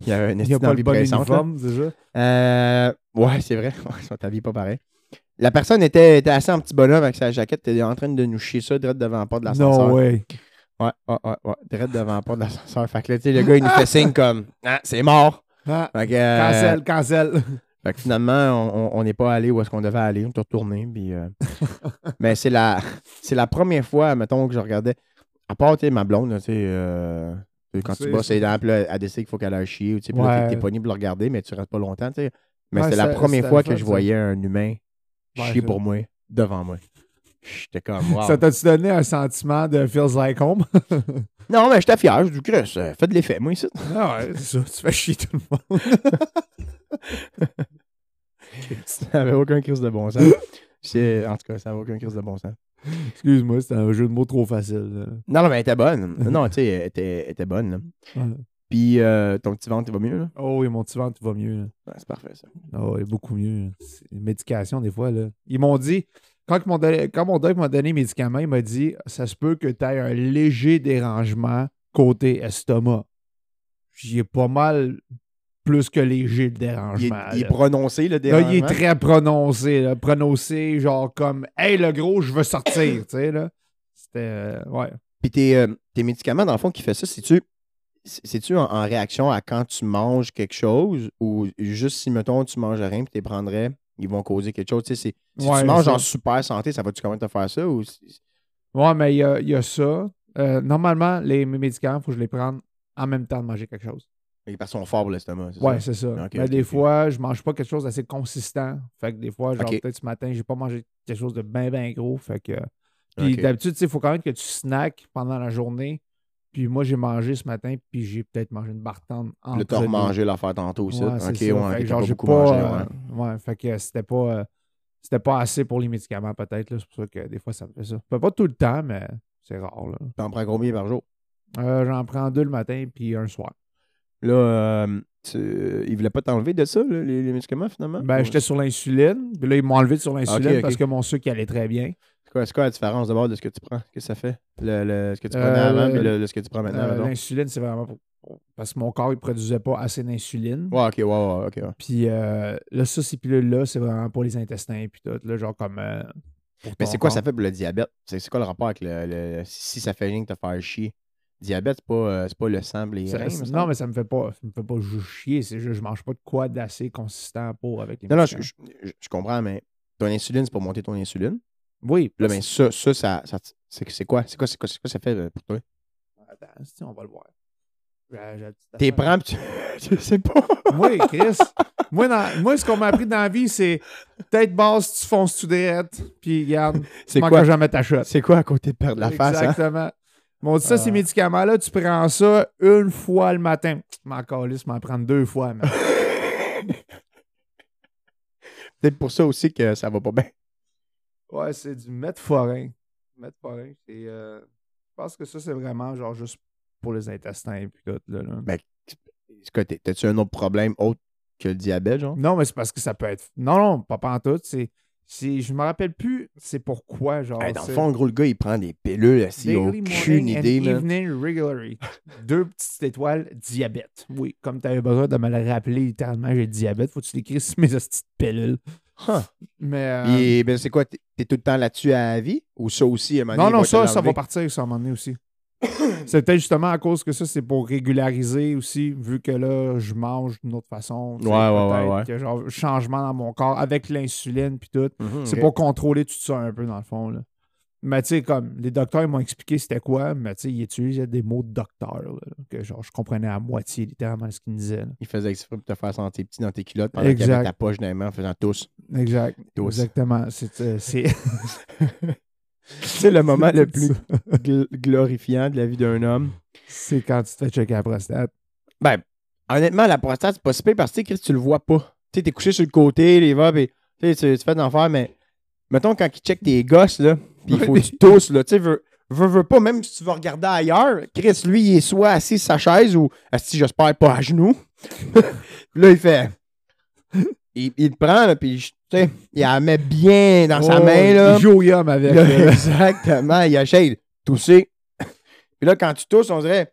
Speaker 1: il y avait une
Speaker 2: Il n'y a
Speaker 1: estime
Speaker 2: pas
Speaker 1: d'envie
Speaker 2: le bon
Speaker 1: pressante, là.
Speaker 2: uniforme, déjà.
Speaker 1: Euh, ouais, c'est vrai. Ouais, Ils sont habillés pas pareil. La personne était, était assez en petit bonhomme avec sa jaquette. était en train de nous chier ça direct devant la porte de l'ascenseur.
Speaker 2: Non, ouais.
Speaker 1: Ouais, ouais, ouais, ouais. Direct devant la porte de l'ascenseur. Fait que là, tu sais, le gars, il nous fait signe comme Ah, c'est mort.
Speaker 2: Ah,
Speaker 1: Fait que, euh,
Speaker 2: cancel, cancel.
Speaker 1: fait que finalement, on- on on n'est pas allé où est-ce qu'on devait aller. On est retourné. Puis, euh, Mais c'est la, c'est la première fois, mettons, que je regardais. À part, tu sais, ma blonde, là, tu sais, euh, tu sais, quand tu
Speaker 2: C'est-
Speaker 1: bosses, c'est dans, puis là, elle décide qu'il faut qu'elle aille chier. ou Tu sais, puis là,
Speaker 2: Ouais.
Speaker 1: t'es- t'es pogné pour le regarder, mais tu restes pas longtemps, tu sais. Mais
Speaker 2: Ouais,
Speaker 1: c'est la
Speaker 2: ça-
Speaker 1: première
Speaker 2: c'était
Speaker 1: fois
Speaker 2: le
Speaker 1: que
Speaker 2: fun,
Speaker 1: je
Speaker 2: ça.
Speaker 1: voyais un humain
Speaker 2: Ouais,
Speaker 1: chier
Speaker 2: ça-
Speaker 1: pour moi, devant moi. J'étais comme, wow.
Speaker 2: Ça t'a-tu donné un sentiment de feels like home?
Speaker 1: Non, mais j'étais fier. Je dis, Chris, euh, fais de l'effet, moi, ici.
Speaker 2: ah ouais, c'est ça. Tu fais chier tout le monde.
Speaker 1: ça n'avait aucun crise de bon sens. C'est- En tout cas, ça n'avait aucun crise de bon sens.
Speaker 2: Excuse-moi, c'était un jeu de mots trop facile.
Speaker 1: Non, non, mais elle était bonne. Non, tu sais, elle était, elle était bonne. là.
Speaker 2: là. Ouais.
Speaker 1: Puis euh, ton petit ventre, il va mieux, là?
Speaker 2: Oh, et mon petit ventre va mieux. là.
Speaker 1: Ouais, c'est parfait, ça.
Speaker 2: Ah ouais, beaucoup mieux. C'est une médication, des fois, là. Ils m'ont dit, quand, ils m'ont donné- quand mon doc m'a donné les médicaments, il m'a dit Ça se peut que tu aies un léger dérangement côté estomac. J'y ai pas mal plus que léger le dérangement.
Speaker 1: Il est, il est
Speaker 2: là.
Speaker 1: prononcé, le
Speaker 2: Là,
Speaker 1: dérangement.
Speaker 2: il est très prononcé, là. prononcé, genre comme Hey le gros, je veux sortir, tu sais, là. C'était. euh, ouais.
Speaker 1: Puis tes, euh, tes médicaments, dans le fond, qui fait ça, c'est-tu, c'est-tu en, en réaction à quand tu manges quelque chose ou juste si, mettons, tu manges rien puis tu les prendrais, ils vont causer quelque chose? Tu sais, c'est- si
Speaker 2: Ouais,
Speaker 1: tu manges
Speaker 2: ça.
Speaker 1: en super santé, ça va-tu quand même te faire ça? Ou... c'est-
Speaker 2: Ouais, mais il y a, il y a ça. Euh, normalement, les, mes médicaments, il faut que je les prenne en même temps de manger quelque chose.
Speaker 1: Ils sont forts pour l'estomac, c'est
Speaker 2: Ouais,
Speaker 1: ça?
Speaker 2: c'est ça.
Speaker 1: Ok,
Speaker 2: mais
Speaker 1: ok,
Speaker 2: des
Speaker 1: ok.
Speaker 2: fois, je mange pas quelque chose d'assez consistant. Fait que des fois, genre
Speaker 1: Ok.
Speaker 2: peut-être ce matin, j'ai pas mangé quelque chose de bien, bien gros. Fait que. euh, Puis
Speaker 1: Ok.
Speaker 2: d'habitude, tu sais, il faut quand même que tu snacks pendant la journée. Puis moi, j'ai mangé ce matin, puis j'ai peut être mangé une bartende en
Speaker 1: Le temps de manger l'affaire tantôt aussi.
Speaker 2: Ouais,
Speaker 1: ok,
Speaker 2: c'est
Speaker 1: ouais,
Speaker 2: ça. Fait que
Speaker 1: t'as
Speaker 2: genre,
Speaker 1: pas
Speaker 2: j'ai
Speaker 1: beaucoup
Speaker 2: pas,
Speaker 1: mangé.
Speaker 2: euh,
Speaker 1: ouais.
Speaker 2: ouais, fait que c'était pas. euh, c'était pas assez pour les médicaments, peut-être. là. C'est pour ça que des fois, ça me fait ça. Pas, pas tout le temps, mais c'est rare. là.
Speaker 1: T'en prends combien par jour?
Speaker 2: Euh, J'en prends deux le matin puis un soir.
Speaker 1: Là, euh, tu- ils voulaient pas t'enlever de ça, là, les, les médicaments, finalement?
Speaker 2: Ben,
Speaker 1: Ou-
Speaker 2: j'étais sur l'insuline. Puis là, ils m'ont enlevé sur l'insuline
Speaker 1: Ah, Ok, ok.
Speaker 2: parce que mon sucre il allait très bien.
Speaker 1: C'est quoi, c'est quoi la différence d'abord de ce que tu prends? Qu'est-ce que ça fait? Le, le- ce que tu
Speaker 2: Euh,
Speaker 1: prenais avant
Speaker 2: le-
Speaker 1: et le, le- ce que tu prends maintenant,
Speaker 2: Euh,
Speaker 1: mettons?
Speaker 2: l'insuline, c'est vraiment pour- pour- parce que mon corps il produisait pas assez d'insuline.
Speaker 1: Ouais, ok, ouais, ouais, ok. ouais.
Speaker 2: Puis euh, là, ça, ces pilules-là, c'est vraiment pour les intestins puis tout. Là, genre comme. euh, pour
Speaker 1: Mais
Speaker 2: ton
Speaker 1: c'est quoi
Speaker 2: corps.
Speaker 1: ça fait pour le diabète? C'est c'est quoi le rapport avec le, le- si ça fait rien que te faire chier? Diabète, c'est pas, euh, c'est pas le sang, les
Speaker 2: Ça-
Speaker 1: reins, me
Speaker 2: non,
Speaker 1: semble.
Speaker 2: mais ça me fait pas. Ça me fait pas ju- chier. C'est juste, je mange pas de quoi d'assez consistant pour avec les
Speaker 1: Non, non, je,
Speaker 2: médicaments.
Speaker 1: je- je- je comprends, mais ton insuline, c'est pour monter ton insuline.
Speaker 2: Oui,
Speaker 1: Là,
Speaker 2: parce-
Speaker 1: mais ça, ça, ça, ça- c'est c'est quoi? C'est quoi, c'est quoi, c'est quoi ça fait euh, pour toi?
Speaker 2: Attends, si, on va le voir. J'ai- j'ai la petite
Speaker 1: T'es
Speaker 2: affaire.
Speaker 1: prends pis tu, tu sais pas.
Speaker 2: Oui, Chris. moi, dans- moi, ce qu'on m'a appris dans la vie, c'est tête basse, tu fonces tout direct, puis regarde,
Speaker 1: C'est
Speaker 2: tu
Speaker 1: quoi?
Speaker 2: manqueras jamais ta shot.
Speaker 1: C'est quoi à côté de perdre la face, hein?
Speaker 2: Exactement. Bon, ça, ces
Speaker 1: Ah.
Speaker 2: médicaments-là, tu prends ça une fois le matin. M'en calisse, m'en prendre deux fois. man.
Speaker 1: Peut-être pour ça aussi que ça va pas bien.
Speaker 2: ouais, c'est du metformin. Metformin, c'est. euh, je pense que ça, c'est vraiment genre juste pour les intestins et puis tout. Là, là.
Speaker 1: Ben, C'est quoi, t'es- T'as-tu un autre problème autre que le diabète, genre?
Speaker 2: Non, mais c'est parce que ça peut être. Non, non, pas pantoute. C'est. c'est- Je me rappelle plus c'est pourquoi, genre.
Speaker 1: Hey, dans le
Speaker 2: c'est-
Speaker 1: fond, gros, le gars, il prend des pilules, il a
Speaker 2: Daily
Speaker 1: aucune
Speaker 2: morning and
Speaker 1: idée, man.
Speaker 2: Evening regularly. Deux petites étoiles, diabète. Oui, comme tu avais besoin de me le rappeler littéralement, j'ai le diabète. Faut que tu l'écrives sur mes petites pilules.
Speaker 1: Huh.
Speaker 2: Mais. euh,
Speaker 1: Et ben, c'est quoi, t'es t'es tout le temps là-dessus à la vie? Ou ça aussi, à un moment
Speaker 2: Non,
Speaker 1: donné, il
Speaker 2: non,
Speaker 1: te
Speaker 2: ça, ça va
Speaker 1: l'enlever?
Speaker 2: partir, ça, à un moment donné aussi. c'est peut-être justement à cause que ça, c'est pour régulariser aussi, vu que là, je mange d'une autre façon. tu sais,
Speaker 1: Ouais, ouais, ouais,
Speaker 2: peut-être
Speaker 1: ouais.
Speaker 2: que, genre, changement dans mon corps avec l'insuline puis tout.
Speaker 1: Mhm,
Speaker 2: C'est
Speaker 1: ok.
Speaker 2: pour contrôler tout ça un peu, dans le fond. Là. Mais tu sais, comme les docteurs ils m'ont expliqué c'était quoi, mais tu sais, ils utilisaient des mots de docteur, là, que genre je comprenais à moitié littéralement ce qu'ils me disaient. là.
Speaker 1: Il faisait exprès pour te faire sentir petit dans tes culottes pendant qu'il
Speaker 2: Exact.
Speaker 1: avait ta poche dans les mains en faisant tous.
Speaker 2: Exact.
Speaker 1: Tous.
Speaker 2: Exactement. C'est. euh, c'est-
Speaker 1: C'est le moment le plus
Speaker 2: Ça,
Speaker 1: gl- glorifiant de la vie d'un homme.
Speaker 2: C'est quand tu te fais checker la prostate.
Speaker 1: Ben, honnêtement, la prostate, c'est pas si pire parce que tu sais, Chris, tu le vois pas. Tu sais, t'es couché sur le côté, les va, pis tu sais, tu tu fais de l'enfer, mais mettons quand ils checkent tes gosses, là, pis il faut que tu tousses, là, tu sais, veux, veux, veux pas, même si tu vas regarder ailleurs, Chris, lui, il est soit assis sur sa chaise ou assis, j'espère, pas à genoux. là, il fait. Il, il te prend, là, pis tu sais, il la met bien dans sa
Speaker 2: Oh,
Speaker 1: main, là.
Speaker 2: il joue au yum avec.
Speaker 1: Là,
Speaker 2: là.
Speaker 1: exactement. Il achète tousser. Puis là, quand tu tousses, on dirait.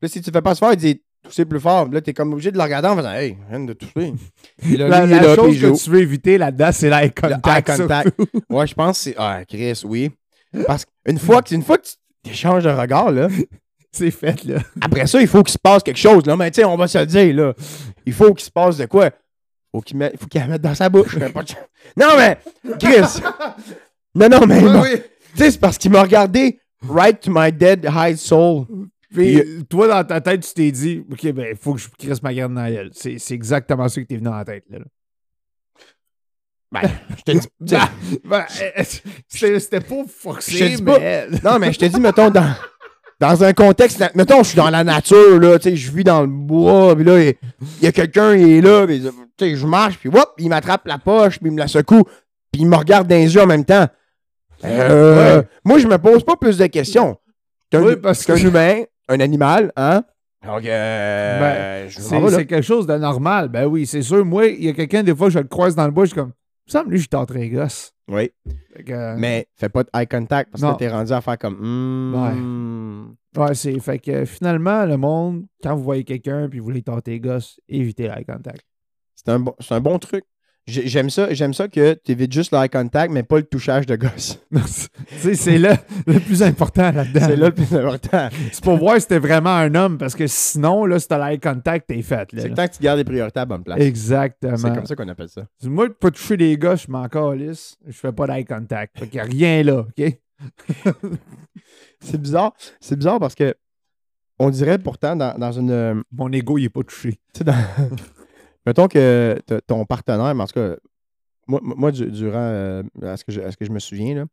Speaker 1: Là, si tu fais pas se faire, il dit tousser plus fort. Puis Là, t'es comme obligé de le regarder en faisant Hey, viens de tousser. Puis là,
Speaker 2: La,
Speaker 1: lui,
Speaker 2: la
Speaker 1: il est là, puis
Speaker 2: chose
Speaker 1: il
Speaker 2: que
Speaker 1: joue.
Speaker 2: tu veux éviter là-dedans, c'est l'eye
Speaker 1: Le eye
Speaker 2: contact. ça.
Speaker 1: contact. ouais, je pense que c'est. Ah, Chris, oui. Parce qu'une fois que, une fois que tu échanges de regard, là,
Speaker 2: C'est fait, là.
Speaker 1: après ça, il faut qu'il se passe quelque chose. Là, mais tu sais, on va se le dire, là. Il faut qu'il se passe de quoi? Faut qu'il mette- faut qu'il la mette dans sa bouche. Pas de chance. non, mais, Chris! Non, non, mais. bon. Tu sais, c'est parce qu'il m'a regardé right to my dead high soul.
Speaker 2: Puis,
Speaker 1: Il-
Speaker 2: euh, toi, dans ta tête, tu t'es dit, OK, ben, il faut que je crisse ma garde dans la gueule. C'est c'est exactement ça qui t'est venu dans la tête, là.
Speaker 1: Ben, je te dis. tu sais,
Speaker 2: Ben, euh, c'était c'était pas forcé,
Speaker 1: Je te dis
Speaker 2: mais...
Speaker 1: non, mais je te dis, mettons, dans, dans un contexte. na- Mettons, je suis dans la nature, là. Tu sais, je vis dans le bois, puis là, il il y a quelqu'un, il est là, puis, tu sais, je marche, puis whoop, il m'attrape la poche, puis il me la secoue, puis il me regarde dans les yeux en même temps. Euh,
Speaker 2: Ouais.
Speaker 1: Moi, je me pose pas plus de questions. T'es un,
Speaker 2: Oui, parce
Speaker 1: t'es un
Speaker 2: que-
Speaker 1: humain, un animal, hein? Donc, euh,
Speaker 2: Ben,
Speaker 1: je m'en
Speaker 2: C'est
Speaker 1: vais, là.
Speaker 2: c'est quelque chose de normal. Ben oui, c'est sûr. Moi, il y a quelqu'un, des fois, je le croise dans le bois, je suis comme, il me semble, lui, je suis très gosse.
Speaker 1: Oui.
Speaker 2: Fait que- euh,
Speaker 1: Mais fais pas de eye contact parce que
Speaker 2: Non.
Speaker 1: là, t'es rendu à faire comme. Hmm.
Speaker 2: Ouais, c'est... Fait que euh, finalement, le monde, quand vous voyez quelqu'un puis vous voulez tenter gosse, évitez l'eye contact.
Speaker 1: C'est un, bon, c'est un bon truc. J'ai- J'aime ça, j'aime ça que tu évites juste l'eye contact, mais pas le touchage de gosse.
Speaker 2: tu sais, c'est le, le plus important là-dedans.
Speaker 1: C'est là le plus important.
Speaker 2: C'est pour voir si t'es vraiment un homme, parce que sinon, là, si t'as l'eye contact, t'es fait.
Speaker 1: C'est
Speaker 2: Là, là.
Speaker 1: le temps que tu gardes les priorités à la bonne place. C'est
Speaker 2: Exactement.
Speaker 1: comme ça qu'on appelle ça.
Speaker 2: Moi, pas toucher les gars, je m'en calisse. Je fais pas d'eye contact. Fait qu'il y a rien là, OK?
Speaker 1: C'est bizarre. C'est bizarre parce que on dirait pourtant dans, dans une. euh,
Speaker 2: Mon ego, il est pas touché.
Speaker 1: Tu sais, dans- Mettons que t- ton partenaire, mais en tout cas, moi, moi du- durant, euh, à, ce que je, à ce que je me souviens, là,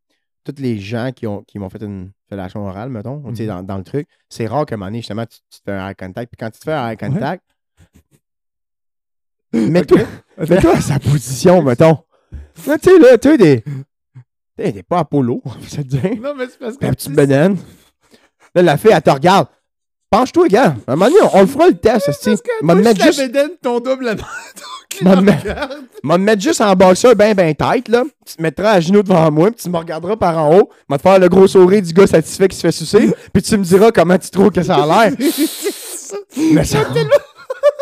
Speaker 1: tous les gens qui, ont, qui m'ont fait une relation orale, mettons, tu sais,
Speaker 2: Mhm.
Speaker 1: dans, dans le truc, c'est rare qu'à un moment donné, justement, tu, tu te fais un eye contact. Puis quand tu te fais un eye contact, Ah, mets-toi mets-toi à sa position, mettons. Là, tu sais, là, tu sais, des. T'es des pas Apollo, ça te dit.
Speaker 2: Non, mais c'est parce que.
Speaker 1: La petite banane. Là, la fille, elle te regarde. Penche-toi, gars. À un moment donné, on, on le fera le test, esti.
Speaker 2: Parce que
Speaker 1: M'a
Speaker 2: toi,
Speaker 1: mettre
Speaker 2: je
Speaker 1: juste,
Speaker 2: la bédaine, ton double à main, donc il
Speaker 1: M'a
Speaker 2: me
Speaker 1: met-
Speaker 2: regarde.
Speaker 1: m'a mettre juste en boxeur ben, ben tight, là. Tu te mettras à genoux devant moi, puis tu me regarderas par en haut. M'a te faire le gros sourire du gars satisfait qui se fait sucer, puis tu me diras comment tu trouves que ça a l'air. Mais ça.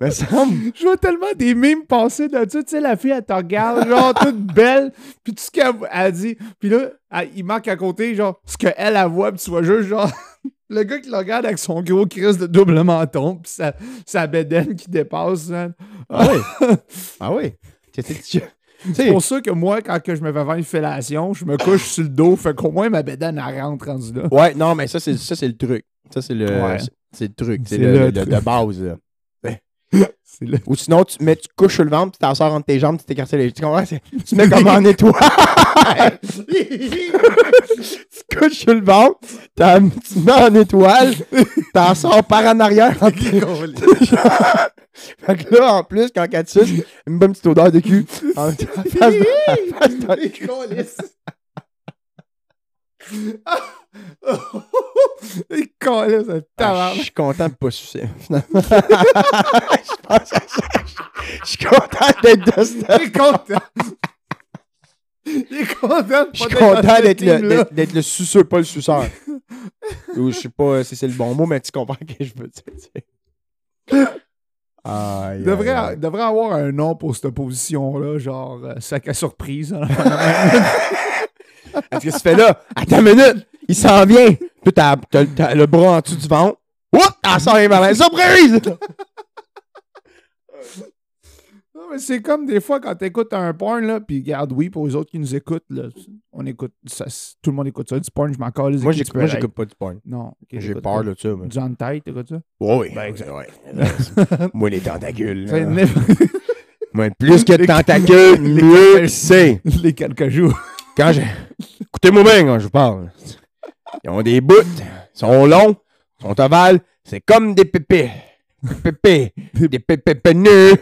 Speaker 1: Me semble.
Speaker 2: Je vois tellement des mimes passer de ça. Tu sais, la fille, elle te regarde, genre, toute belle. Puis tout ce qu'elle elle dit. Puis là, elle- il manque à côté, genre, ce qu'elle, elle voit. Puis tu vois juste, genre, le gars qui le regarde avec son gros crise de double menton. Puis sa, sa bédaine qui dépasse. man.
Speaker 1: Ah oui. Ah oui. Tu sais, tu- tu sais,
Speaker 2: C'est pour ça que moi, quand que je me fais faire une fellation, je me couche sur le dos. Fait qu'au moins, ma bédaine, elle rentre rendue là.
Speaker 1: Ouais, non, mais ça, c'est ça, c'est le truc. Ça, c'est le,
Speaker 2: Ouais.
Speaker 1: c'est- c'est le truc. Ben, C'est
Speaker 2: C'est
Speaker 1: le,
Speaker 2: le
Speaker 1: le-
Speaker 2: truc.
Speaker 1: de base. là.
Speaker 2: C'est là.
Speaker 1: Ou sinon, tu, mets, tu couches sur le ventre, puis t'en sors entre tes jambes, tu t'écartes les. Tu comprends? C'est- Tu mets comme en étoile. tu couches sur le ventre, t'en- tu mets en étoile, t'en sors par en arrière. entre tes- fait que là, en plus, quand elle te suce, une bonne petite odeur de cul. En- en face de- en face de-
Speaker 2: Ah, Il collait ce
Speaker 1: Ah, Je
Speaker 2: tabarnak.
Speaker 1: suis content de pas sucer, finalement. Je pense à ça. Je suis content d'être de ce-
Speaker 2: Il est content. Il est content de pas
Speaker 1: Je suis
Speaker 2: être dans
Speaker 1: content
Speaker 2: cette
Speaker 1: d'être le,
Speaker 2: team-là.
Speaker 1: d'être- d'être le suceur, pas le suceur. Ou je sais pas si c'est le bon mot, mais tu comprends ce que je veux dire. tu sais. Aïe,
Speaker 2: Il devrait,
Speaker 1: aïe, aïe.
Speaker 2: devrait avoir un nom pour cette position-là, genre euh, sac à surprise. hein.
Speaker 1: Qu'est-ce que tu fais là? Attends une minute! Il s'en vient! Puis t'as, t'as- t'as le bras en dessous du ventre. Oups! ah, Elle sort les malins. Surprise!
Speaker 2: Non, mais c'est comme des fois quand t'écoutes un porn, là, puis regarde, oui, pour les autres qui nous écoutent, là, on écoute, ça, c'est- tout le monde écoute ça, du porn, je m'en calme.
Speaker 1: moi, j'écoute, moi, j'écoute pas du porn.
Speaker 2: Non. ok,
Speaker 1: J'ai
Speaker 2: t'écoutes
Speaker 1: peur
Speaker 2: quoi?
Speaker 1: de ça. mais-
Speaker 2: Du hentai, t'écoutes ça?
Speaker 1: Oui,
Speaker 2: Ben,
Speaker 1: oui. Moi, les tentacules.
Speaker 2: Fait-
Speaker 1: là. Moi, plus que de tentacules, mieux c'est.
Speaker 2: les quelques jours.
Speaker 1: Quand j'ai. Écoutez-moi bien quand je vous parle. Ils ont des bouts, ils sont longs, ils sont ovales, c'est comme des pépés. Des pépés. Des pépés penus.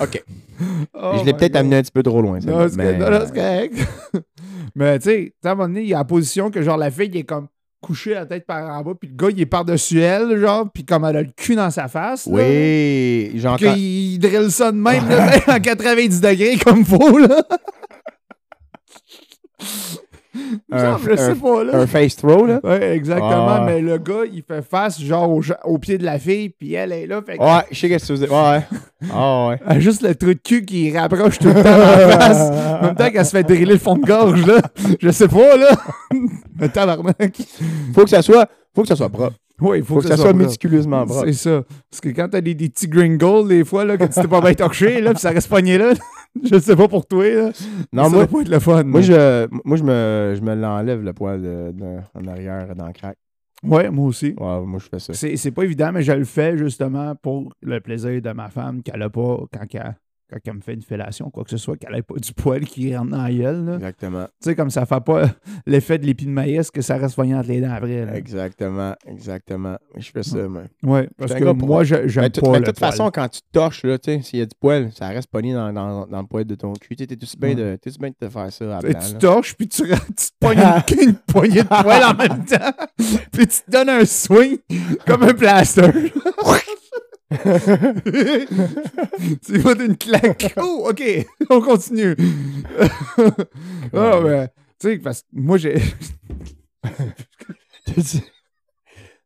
Speaker 1: OK. je l'ai peut-être amené un petit peu trop loin, ça.
Speaker 2: Oh Non, c'est
Speaker 1: mais-
Speaker 2: correct. Non, non, c'est correct. mais tu sais, à un moment donné, il y a la position que genre la fille il est comme couchée la tête par en bas, puis le gars il est par-dessus elle, genre, puis comme elle a le cul dans sa face. là,
Speaker 1: Oui,
Speaker 2: puis
Speaker 1: j'entends.
Speaker 2: qu'il il drille ça de même, là, en 90 degrés comme faut, là. Il me
Speaker 1: Un-
Speaker 2: semble, je
Speaker 1: un-
Speaker 2: sais pas, là.
Speaker 1: Un face throw, là.
Speaker 2: Ouais, exactement,
Speaker 1: Ah.
Speaker 2: mais le gars, il fait face, genre, au, ja- au pied de la fille, puis elle est là, fait que-
Speaker 1: Ouais, je sais qu'est-ce que tu faisais. Ouais. Ah ouais.
Speaker 2: Ah, juste le trou de cul qui rapproche tout le temps la face. En même temps qu'elle se fait driller le fond de gorge, là. Je sais pas, là. Le tabarnak.
Speaker 1: Faut que ça soit. Faut que ça soit propre.
Speaker 2: Oui, il
Speaker 1: Faut, que, ça soit méticuleusement
Speaker 2: propre.
Speaker 1: propre.
Speaker 2: C'est ça. Parce que quand t'as des, des petits gringles, des fois, là, que tu t'es pas bien torché, là, pis ça reste pogné là, je sais pas pour toi, là.
Speaker 1: Non,
Speaker 2: ça
Speaker 1: moi,
Speaker 2: doit pas être le fun.
Speaker 1: moi, je, moi, je me, je me l'enlève le poil de- de- en arrière dans le crack.
Speaker 2: Ouais, moi aussi.
Speaker 1: Ouais, moi, je fais ça.
Speaker 2: C'est c'est pas évident, mais je le fais justement pour le plaisir de ma femme qu'elle a pas quand elle, quand elle me fait une fellation, quoi que ce soit, qu'elle ait pas du poil qui rentre dans la gueule, là.
Speaker 1: Exactement.
Speaker 2: Tu sais, comme ça fait pas l'effet de l'épi de maïs que ça reste voyant entre les dents après. là.
Speaker 1: Exactement, exactement. Je fais ça, moi.
Speaker 2: Ouais, parce
Speaker 1: un
Speaker 2: que
Speaker 1: gars pour-
Speaker 2: moi, je- j'aime
Speaker 1: Mais tout-
Speaker 2: pas
Speaker 1: mais
Speaker 2: le
Speaker 1: de toute
Speaker 2: poil.
Speaker 1: façon, quand tu te torches, là, tu sais, s'il y a du poil, ça reste pogné dans, dans, dans le poil de ton cul. Tu sais, t'es tout
Speaker 2: Mm.
Speaker 1: bien de, t'es aussi bien de te faire ça à
Speaker 2: Et
Speaker 1: blanc,
Speaker 2: tu
Speaker 1: là.
Speaker 2: torches, puis tu, ra- tu te pognes une, une poignée de poil en même temps, puis tu te donnes un swing comme un plaster. tu vas d'une claque. Oh, OK, on continue. Ah, ben, tu sais, parce que moi, j'ai...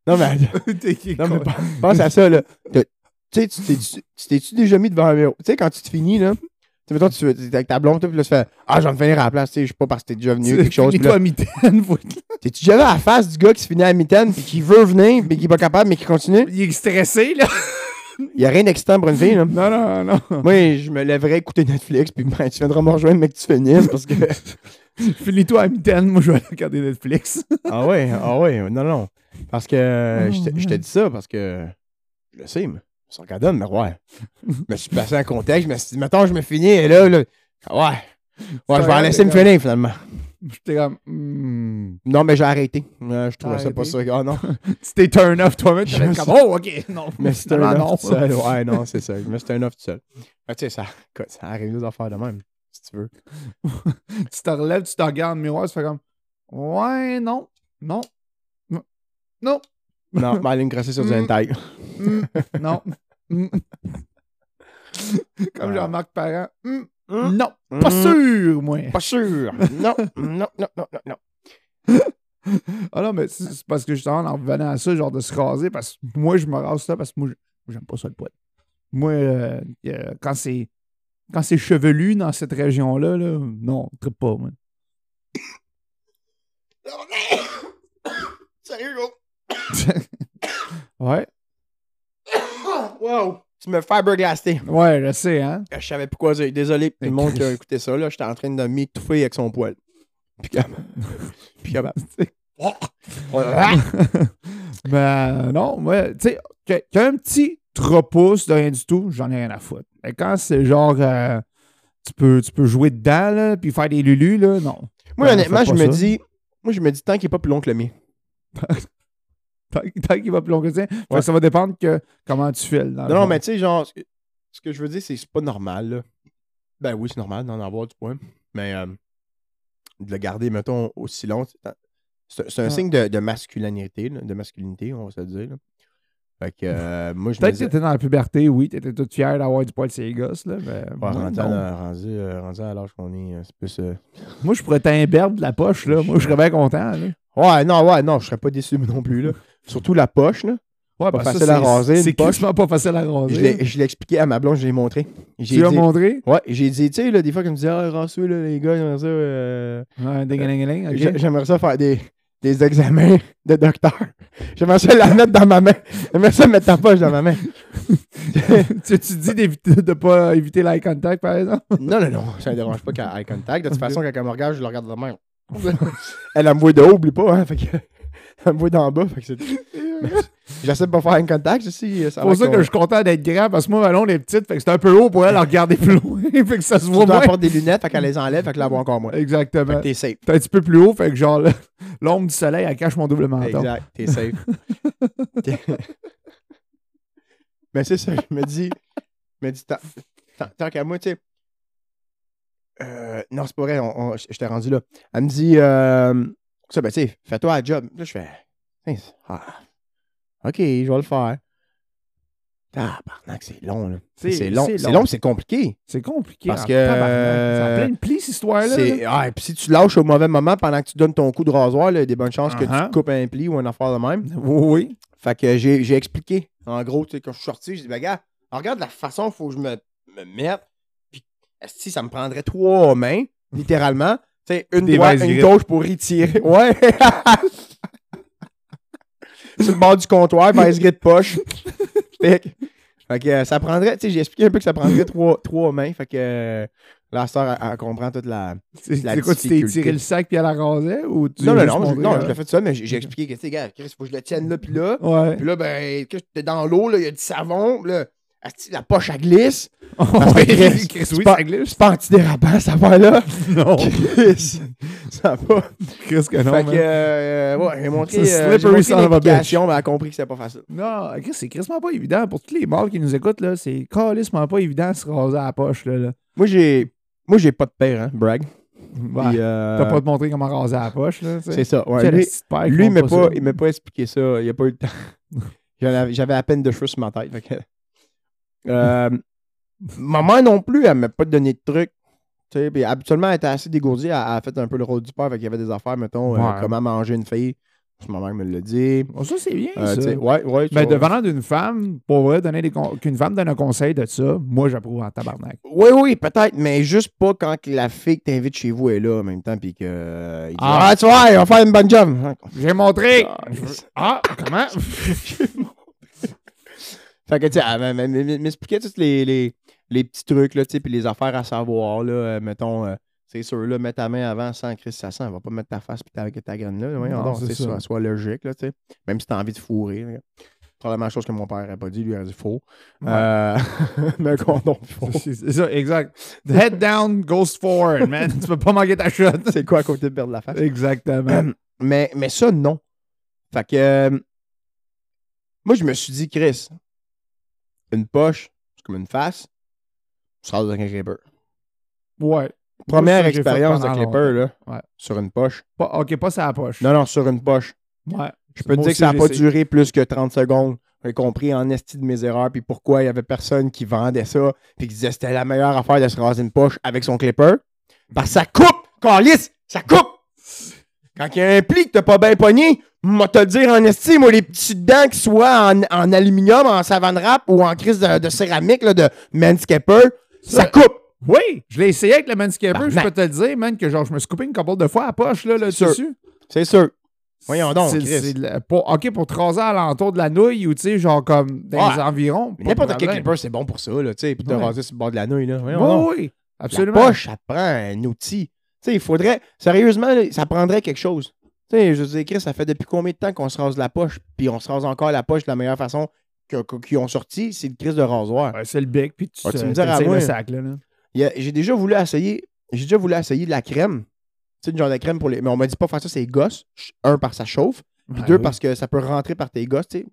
Speaker 1: non, mais,
Speaker 2: T'es qui,
Speaker 1: non, mais
Speaker 2: con?
Speaker 1: pen- pense à ça, là. T'as- Tu sais, tu t'es- tu t'es-tu déjà mis devant un mur? Tu sais, quand tu te finis, là, tu sais, mettons, tu es avec ta blonde, toi, puis là, tu fais Ah, je vais me finir à la place, tu sais, je sais pas parce que t'es déjà venu, quelque chose. puis là,
Speaker 2: Finis-toi à mitaine, faut-
Speaker 1: T'es-tu déjà à la face du gars qui se finit à mitaine, puis qui veut venir, mais qui est pas capable, mais qui continue?
Speaker 2: Il est stressé, là.
Speaker 1: Il y a rien d'excitant pour une fille, là.
Speaker 2: Non, non, non.
Speaker 1: Moi, je me lèverais écouter Netflix, puis ben, tu viendras me rejoindre, mais que tu finisses, parce que...
Speaker 2: Finis-toi à mitaine, moi, je vais aller regarder Netflix.
Speaker 1: ah ouais, ah ouais, non, non. Parce que euh, je te- je te dis ça, parce que... Je le sais, mais... Ça regarde mais ouais. Mais je suis passé un contexte, mais si, mettons, je me finis, et là, là... Ouais. Ouais, je vais en laisser me finir, finalement.
Speaker 2: J'étais comme... Hmm.
Speaker 1: Non, mais j'ai arrêté. Euh, je trouvais
Speaker 2: T'as
Speaker 1: ça pas ça.
Speaker 2: arrêté?
Speaker 1: Ah non.
Speaker 2: tu t'es turn off toi-même, tu
Speaker 1: Je
Speaker 2: comme Oh, ok, non.
Speaker 1: Mais c'est un
Speaker 2: Non,
Speaker 1: off
Speaker 2: non.
Speaker 1: tout seul. Ouais, non, c'est ça. Mais c'est un off tout seul. Mais tu sais, ça, écoute, ça arrive aux affaires de même. si tu veux.
Speaker 2: tu te relèves, tu te regardes dans le miroir, tu fais comme Ouais, non, non, non, non,
Speaker 1: Non, mais aller me crasser sur du
Speaker 2: Mm.
Speaker 1: hentai.
Speaker 2: mm, non, mm. Comme
Speaker 1: Ah.
Speaker 2: Jean-Marc Parent, mm,
Speaker 1: Mm.
Speaker 2: non, pas
Speaker 1: Mm.
Speaker 2: sûr, moi.
Speaker 1: Pas sûr. Non, non, non, non, non, non.
Speaker 2: Ah non, mais c'est c'est parce que justement, en revenant à ça, genre de se raser, parce que moi, je me rase ça parce que moi, je- j'aime pas ça le poil. Moi, euh, euh, quand c'est quand c'est chevelu dans cette région-là, là, non, je trippe pas, moi.
Speaker 1: Sérieux, gros.
Speaker 2: ouais,
Speaker 1: Wow. Tu me fiberglasté.
Speaker 2: ouais, je sais, hein.
Speaker 1: Je savais plus quoi dire. Désolé, tout le monde qui a écouté ça, là, j'étais en train de m'étouffer avec son poil. Puis capable. Puis capable.
Speaker 2: ben non, moi, tu sais, que- qu'un petit repousse de rien du tout, j'en ai rien à foutre. Mais quand c'est genre, euh, tu, peux, tu peux jouer dedans, là, puis faire des lulus, là, non.
Speaker 1: Moi,
Speaker 2: Ouais,
Speaker 1: honnêtement,
Speaker 2: fais
Speaker 1: je
Speaker 2: pas
Speaker 1: me
Speaker 2: ça.
Speaker 1: dis. Moi, je me dis tant qu'il n'est pas plus long que le mien.
Speaker 2: Tant, tant qu'il va plus long que ça, Fait que
Speaker 1: Ouais.
Speaker 2: ça va dépendre que comment tu files. dans le
Speaker 1: Non, non,
Speaker 2: fond.
Speaker 1: mais tu sais, genre, ce que- ce que je veux dire, c'est que c'est pas normal, là. Ben oui, c'est normal d'en avoir du point, mais euh, de le garder, mettons, aussi long, c'est- c'est c'est un
Speaker 2: Ah.
Speaker 1: signe de, de masculinité, là, de masculinité, on va se le dire. là. Fait que euh, moi, je me
Speaker 2: Peut-être que
Speaker 1: disais,
Speaker 2: t'étais dans la puberté, oui, t'étais toute fière d'avoir du poil sur les gosses, là, mais
Speaker 1: ouais,
Speaker 2: moi,
Speaker 1: rendu, à
Speaker 2: non.
Speaker 1: la- rendu, euh, rendu à l'âge qu'on est, euh, c'est plus... euh,
Speaker 2: Moi, je pourrais t'imberbe de la poche, là. Moi, je serais bien content, là.
Speaker 1: Ouais, non, ouais, non, je serais pas déçu non plus, là. Surtout la poche, là.
Speaker 2: Ouais,
Speaker 1: Pas
Speaker 2: parce que
Speaker 1: facile à
Speaker 2: c'est-
Speaker 1: raser, une
Speaker 2: C'est
Speaker 1: poche.
Speaker 2: quasiment pas facile à raser.
Speaker 1: Je l'ai- je l'ai expliqué à ma blonde, je l'ai montré. J'ai
Speaker 2: Tu l'as
Speaker 1: dit...
Speaker 2: montré?
Speaker 1: Ouais, j'ai dit, tu sais, là, des fois, quand me disait, ah, Rassou, là, les gars, j'aimerais ça... euh,
Speaker 2: Ouais, dingalingaling, ok.
Speaker 1: J'a- J'aimerais ça faire des, des examens de docteur. J'aimerais ça la mettre dans ma main. J'aimerais ça mettre ta poche dans ma main.
Speaker 2: tu, tu dis d'éviter de pas éviter l'eye contact, par exemple?
Speaker 1: Non, non, non, ça ne dérange pas qu'elle ait contact. De toute façon, quand elle me regarde, je le regarde de même. elle, elle me voit de haut, oublie pas. Hein, fait que, elle me voit d'en bas. Fait que c'est... Mais J'essaie de pas faire un contact. Je sais,
Speaker 2: C'est pour ça que je suis content d'être grand, parce que moi, Malon, elle est petite, fait que c'est un peu haut pour elle à regarder plus loin, fait que ça se
Speaker 1: Tu
Speaker 2: voit
Speaker 1: dois
Speaker 2: moins.
Speaker 1: apporter des lunettes, fait qu'elle les enlève, fait que là, elle voit encore moins. Fait
Speaker 2: Exactement.
Speaker 1: que t'es safe.
Speaker 2: T'es un petit peu plus haut, fait que genre, là, l'ombre du soleil, elle cache mon double menton.
Speaker 1: Exact, t'es safe. T'es- Mais Ben, c'est ça, je me dis, je me dis, tant, tant- tant qu'à moi, tu sais. euh, non, c'est pas vrai, on- on- je je t'ai rendu là. Elle me dit, euh, ça, ben, tu sais, fais-toi un job. Là, je fais, Hey, c'est- ah, ok, je vais le faire. Ah, que c'est long, là.
Speaker 2: C'est-
Speaker 1: C'est long,
Speaker 2: c'est
Speaker 1: c'est
Speaker 2: long.
Speaker 1: long, c'est compliqué.
Speaker 2: C'est compliqué.
Speaker 1: Parce
Speaker 2: en
Speaker 1: que-
Speaker 2: tabarnak. Ça a plein de plis, cette histoire-là.
Speaker 1: C'est- ah, et puis si tu lâches au mauvais moment pendant que tu donnes ton coup de rasoir, là, il y a des bonnes chances que
Speaker 2: Uh-huh.
Speaker 1: tu coupes un pli ou un affaire de même.
Speaker 2: là. Oui,
Speaker 1: Fait que j'ai j'ai expliqué. En gros, tu sais, quand je suis sorti, j'ai dit, ben, gars, regarde la façon qu'il faut que je me, me mette. Puis, si ça me prendrait trois mains, littéralement. Tu sais, une
Speaker 2: Des
Speaker 1: droite,
Speaker 2: vices
Speaker 1: une
Speaker 2: grippes.
Speaker 1: gauche pour retirer. Ouais! Sur le bord du comptoir, vice grip de poche. fait que, fait que, euh, ça prendrait, tu sais, j'ai expliqué un peu que ça prendrait trois, trois mains. Fait que euh, la sœur, elle, elle comprend toute la.
Speaker 2: oui. C'est
Speaker 1: La
Speaker 2: c'est quoi, tu t'es
Speaker 1: difficulté.
Speaker 2: tiré le sac puis elle la rasait? Ou tu
Speaker 1: Non, non,
Speaker 2: l'as
Speaker 1: non,
Speaker 2: juste euh,
Speaker 1: je, non,
Speaker 2: montré,
Speaker 1: je l'ai
Speaker 2: là?
Speaker 1: fait ça, mais j'ai j'ai expliqué que, tu sais, gars, Chris, faut que je le tienne là, puis là.
Speaker 2: hein? Ouais.
Speaker 1: Puis là, ben, que- t'es dans l'eau, là, il y a du savon, là, asti, la poche, elle glisse.
Speaker 2: Ouais,
Speaker 1: Chris,
Speaker 2: Chris,
Speaker 1: c'est
Speaker 2: oui,
Speaker 1: pas-
Speaker 2: ça glisse.
Speaker 1: C'est pas antidérapant, ça va là.
Speaker 2: Non,
Speaker 1: Chris, ça va.
Speaker 2: Chris, que non,
Speaker 1: fait
Speaker 2: man.
Speaker 1: que, euh, ouais, j'ai montré,
Speaker 2: C'est
Speaker 1: euh, j'ai
Speaker 2: slippery
Speaker 1: montré
Speaker 2: son of a
Speaker 1: l'application, mais elle a compris que c'était pas facile.
Speaker 2: Non, Chris, c'est crissement pas évident. Pour tous les mâles qui nous écoutent, là, c'est calissement pas évident de se raser à la poche. Là, là.
Speaker 1: Moi, j'ai, moi, j'ai pas de père, hein, brag.
Speaker 2: Ouais.
Speaker 1: Puis, euh,
Speaker 2: T'as pas te montré comment raser à la poche. Là, tu sais.
Speaker 1: C'est ça, ouais.
Speaker 2: Quel
Speaker 1: Lui,
Speaker 2: esti de père qui
Speaker 1: lui, il
Speaker 2: montre
Speaker 1: m'a pas,
Speaker 2: ça.
Speaker 1: il m'a pas expliqué ça, il a pas eu le temps. J'en avais- J'avais à peine de cheveux sur ma tête, fait que- Euh, ma mère non plus, elle m'a pas donné de trucs. Tu sais, puis habituellement, elle était assez dégourdie. Elle, elle a fait un peu le rôle du père. Fait qu'il y avait des affaires, mettons, euh,
Speaker 2: Ouais.
Speaker 1: comment manger une fille. Ma mère me l'a dit.
Speaker 2: Oh, ça, c'est bien,
Speaker 1: Euh, tu
Speaker 2: ça. Ben,
Speaker 1: sais, ouais, ouais. tu
Speaker 2: Mais
Speaker 1: vois.
Speaker 2: devenant d'une femme, pour vrai, donner des con- qu'une femme donne un conseil de ça, moi, j'approuve en tabarnak.
Speaker 1: Oui, oui, peut-être, mais juste pas quand que la fille que t'invites chez vous est là en même temps. Puis que. euh, il dit, ah.
Speaker 2: Ah.
Speaker 1: tu vois, on va faire une bonne job.
Speaker 2: J'ai montré!
Speaker 1: Ah, je-
Speaker 2: Ah, comment?
Speaker 1: Fait que, tu sais, elle m'a- m'a- m'a- m'expliquait tous les, les, les petits trucs, là, tu sais, puis les affaires à savoir, là, euh, mettons, euh, c'est sûr, là, mets ta main avant sans Chris, ça sent, elle va pas mettre ta face puis ta, avec ta graine, là, voyons
Speaker 2: Non,
Speaker 1: donc,
Speaker 2: c'est
Speaker 1: tu sais,
Speaker 2: ça.
Speaker 1: sois, sois logique, là, tu sais, même si t'as envie de fourrer, là. probablement la chose que mon père n'a pas dit, lui, il a dit faux, Euh, mais un condom faux,
Speaker 2: C'est c'est ça, exact. Head down, goes forward, man. tu peux pas manquer ta shot.
Speaker 1: c'est quoi à côté de perdre la face?
Speaker 2: Exactement.
Speaker 1: Mais, mais ça, non. Fait que. euh, moi, je me suis dit, Chris, une poche, c'est comme une face, ça dans un gripper.
Speaker 2: Ouais.
Speaker 1: Première
Speaker 2: ça, j'ai fait
Speaker 1: expérience de
Speaker 2: pendant
Speaker 1: clipper, là.
Speaker 2: Ouais.
Speaker 1: Sur une poche.
Speaker 2: Pas- ok, pas sa poche.
Speaker 1: Non, non, sur une poche.
Speaker 2: Ouais.
Speaker 1: Je peux te dire
Speaker 2: Moi
Speaker 1: que
Speaker 2: aussi,
Speaker 1: ça n'a
Speaker 2: j'ai
Speaker 1: pas
Speaker 2: essayé.
Speaker 1: duré plus que 30 secondes. J'ai compris en esti de mes erreurs, puis pourquoi il y avait personne qui vendait ça, puis qui disait que c'était la meilleure affaire de se raser une poche avec son clipper. Parce que ça coupe, calice, ça coupe. Quand il y a un pli que t'as pas bien pogné, moi te le dire en esti, moi les petites dents qui soient en, en aluminium, en savane wrap ou en crise de, de céramique là, de Manscaper, ça
Speaker 2: Ça-
Speaker 1: coupe.
Speaker 2: Oui, je l'ai essayé avec le manscaper,
Speaker 1: Barnac.
Speaker 2: je peux te le dire, man, que genre, je me suis coupé une couple de fois à la poche, là, le
Speaker 1: C'est sûr.
Speaker 2: dessus.
Speaker 1: C'est sûr. Voyons donc,
Speaker 2: C'est-
Speaker 1: Chris.
Speaker 2: c'est le- pour, ok, pour te raser à l'entour de la nouille ou, tu sais, genre, comme dans
Speaker 1: Ouais.
Speaker 2: les environs.
Speaker 1: Mais
Speaker 2: pas de
Speaker 1: N'importe quel
Speaker 2: problème.
Speaker 1: clipper, c'est bon pour ça, là, tu sais, puis te
Speaker 2: Ouais.
Speaker 1: raser sur le bord de la nouille, là. Voyons
Speaker 2: Oui,
Speaker 1: donc.
Speaker 2: oui,
Speaker 1: La
Speaker 2: absolument.
Speaker 1: poche, ça te prend un outil. Tu sais, il faudrait. Sérieusement, là, ça prendrait quelque chose. Tu sais, je vous ai écrit, ça fait depuis combien de temps qu'on se rase la poche, puis on se rase encore la poche de la meilleure façon que- que- qu'ils ont sorti, c'est une crise de rasoir.
Speaker 2: Ouais, c'est le bec, puis tu,
Speaker 1: Ah, tu
Speaker 2: euh,
Speaker 1: me diras à
Speaker 2: t'essayes
Speaker 1: moi.
Speaker 2: le sac, là. là.
Speaker 1: Il y a- J'ai déjà voulu essayer. J'ai déjà voulu essayer de la crème. Tu sais, une genre de crème pour les. Mais on m'a dit pas faire ça, c'est gosse. Un, parce que ça chauffe. Puis
Speaker 2: Ouais,
Speaker 1: deux,
Speaker 2: Ben oui.
Speaker 1: parce que ça peut rentrer par tes gosses, tu sais.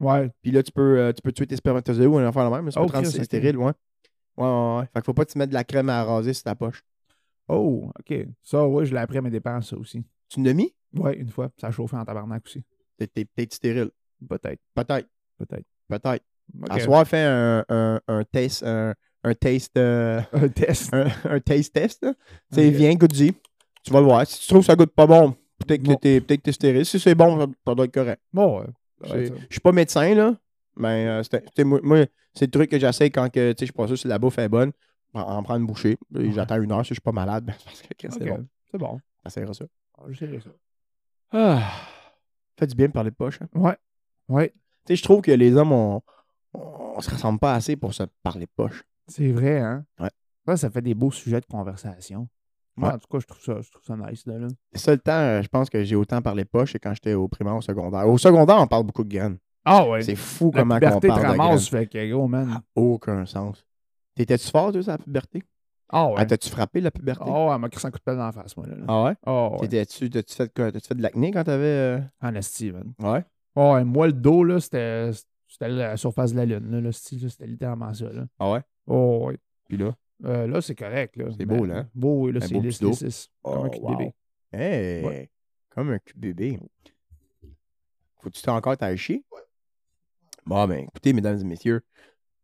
Speaker 2: Ouais,
Speaker 1: Puis là, tu peux, euh, tu peux tuer tes spermatozoïdes ou un enfant la même. mais Ça peut
Speaker 2: Oh,
Speaker 1: te rendre
Speaker 2: Christ, ok.
Speaker 1: stérile, ouais. Ouais, ouais, ouais. Fait que faut pas que tu mettes de la crème à raser sur ta poche.
Speaker 2: Oh, OK. Ça, oui, je l'ai appris à mes dépenses, ça aussi.
Speaker 1: Tu l'as mis?
Speaker 2: Ouais, une fois. Ça a chauffé en tabarnak aussi.
Speaker 1: T'es- T'es peut-être stérile.
Speaker 2: Peut-être,
Speaker 1: Peut-être.
Speaker 2: peut-être.
Speaker 1: Peut-être.
Speaker 2: OK.
Speaker 1: À soir, fais un, un, un taste, un, un taste, euh,
Speaker 2: Un test.
Speaker 1: un, un taste test. là. Tu sais,
Speaker 2: Ok.
Speaker 1: viens, goûte-y. Tu vas le voir. Si tu trouves que ça goûte pas bon, peut-être que
Speaker 2: Bon.
Speaker 1: t'es peut-être que t'es stérile. Si c'est bon, ça, ça doit être correct.
Speaker 2: Bon, ouais.
Speaker 1: C'est- Je suis pas médecin, là. Mais euh, c'est un- tu sais, moi, moi, c'est le truc que j'essaie quand que, tu sais, je suis pas sûr si la bouffe est bonne. En, en prendre une bouchée. Puis
Speaker 2: Ouais.
Speaker 1: J'attends une heure si je suis pas malade. ben, c'est parce que Chris,
Speaker 2: Ok,
Speaker 1: c'est bon.
Speaker 2: C'est bon.
Speaker 1: T'essaieras ça.
Speaker 2: J'essaierai ça.
Speaker 1: Ah. Fait du bien de parler de poche. hein.
Speaker 2: Ouais. Ouais.
Speaker 1: Tu sais, je trouve que les hommes, on, on se ressemble pas assez pour se parler de poche.
Speaker 2: C'est vrai, hein?
Speaker 1: Ouais.
Speaker 2: Ça, ça fait des beaux sujets de conversation. Moi,
Speaker 1: Ouais.
Speaker 2: En tout cas, je trouve ça, je trouve ça nice, là. là.
Speaker 1: Le seul temps, euh, je pense que j'ai autant parlé poche, c'est quand j'étais au primaire, au secondaire. Au secondaire, on parle beaucoup de graines.
Speaker 2: Ah, ouais.
Speaker 1: C'est fou
Speaker 2: La
Speaker 1: comment on
Speaker 2: puberté
Speaker 1: parle
Speaker 2: te
Speaker 1: de Ah. graines.
Speaker 2: ramasse, fait que, gros, man.
Speaker 1: Ça a aucun sens. T'étais-tu fort, toi, sur la puberté?
Speaker 2: Ah, ouais.
Speaker 1: Ah, T'as-tu frappé la puberté?
Speaker 2: Oh, elle m'a crissé un coup de pelle dans la face, moi, là. là.
Speaker 1: Ah ouais?
Speaker 2: Ah, ouais.
Speaker 1: T'étais-tu, t'as-tu fait, quoi? T'as-tu fait de l'acné quand t'avais... euh,
Speaker 2: En esti, man.
Speaker 1: Ouais?
Speaker 2: Ah, ouais, moi, le dos, là, c'était c'était la surface de la lune, là. Le style, là, c'était littéralement ça, là.
Speaker 1: Ah ouais?
Speaker 2: Oh, ouais.
Speaker 1: Puis là?
Speaker 2: Euh, là, c'est correct. Là.
Speaker 1: C'est
Speaker 2: Ben,
Speaker 1: beau, là, hein?
Speaker 2: Beau, oui, là,
Speaker 1: Un
Speaker 2: c'est
Speaker 1: beau
Speaker 2: lisse,
Speaker 1: petit dos.
Speaker 2: lisse, lisse. Comme un
Speaker 1: Oh,
Speaker 2: cul de
Speaker 1: wow.
Speaker 2: bébé.
Speaker 1: Hey!
Speaker 2: Ouais.
Speaker 1: Comme un cul de bébé. Faut-tu t'en- encore t'aller chier? Bon, ben, écoutez, mesdames et messieurs,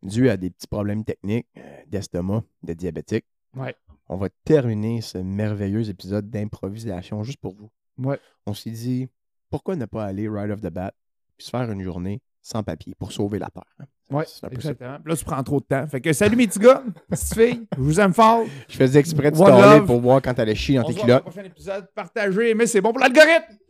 Speaker 1: dû à des petits problèmes techniques euh, d'estomac, de diabétique,
Speaker 2: Ouais.
Speaker 1: on va terminer ce merveilleux épisode d'improvisation juste pour vous.
Speaker 2: Ouais.
Speaker 1: On s'est dit, pourquoi ne pas aller right off the bat puis se faire une journée sans papier pour sauver la peur? hein?
Speaker 2: Ouais,
Speaker 1: C'est un peu ça.
Speaker 2: exactement. Puis Là, tu prends trop de temps. Fait que salut mes petits gars, petites filles, je vous aime fort.
Speaker 1: Je faisais exprès de
Speaker 2: One
Speaker 1: t'enlever
Speaker 2: love.
Speaker 1: pour voir quand t'allais chier dans
Speaker 2: On
Speaker 1: tes
Speaker 2: se voit dans le
Speaker 1: culottes.
Speaker 2: prochain épisode. Partagez, aimez, c'est bon pour l'algorithme.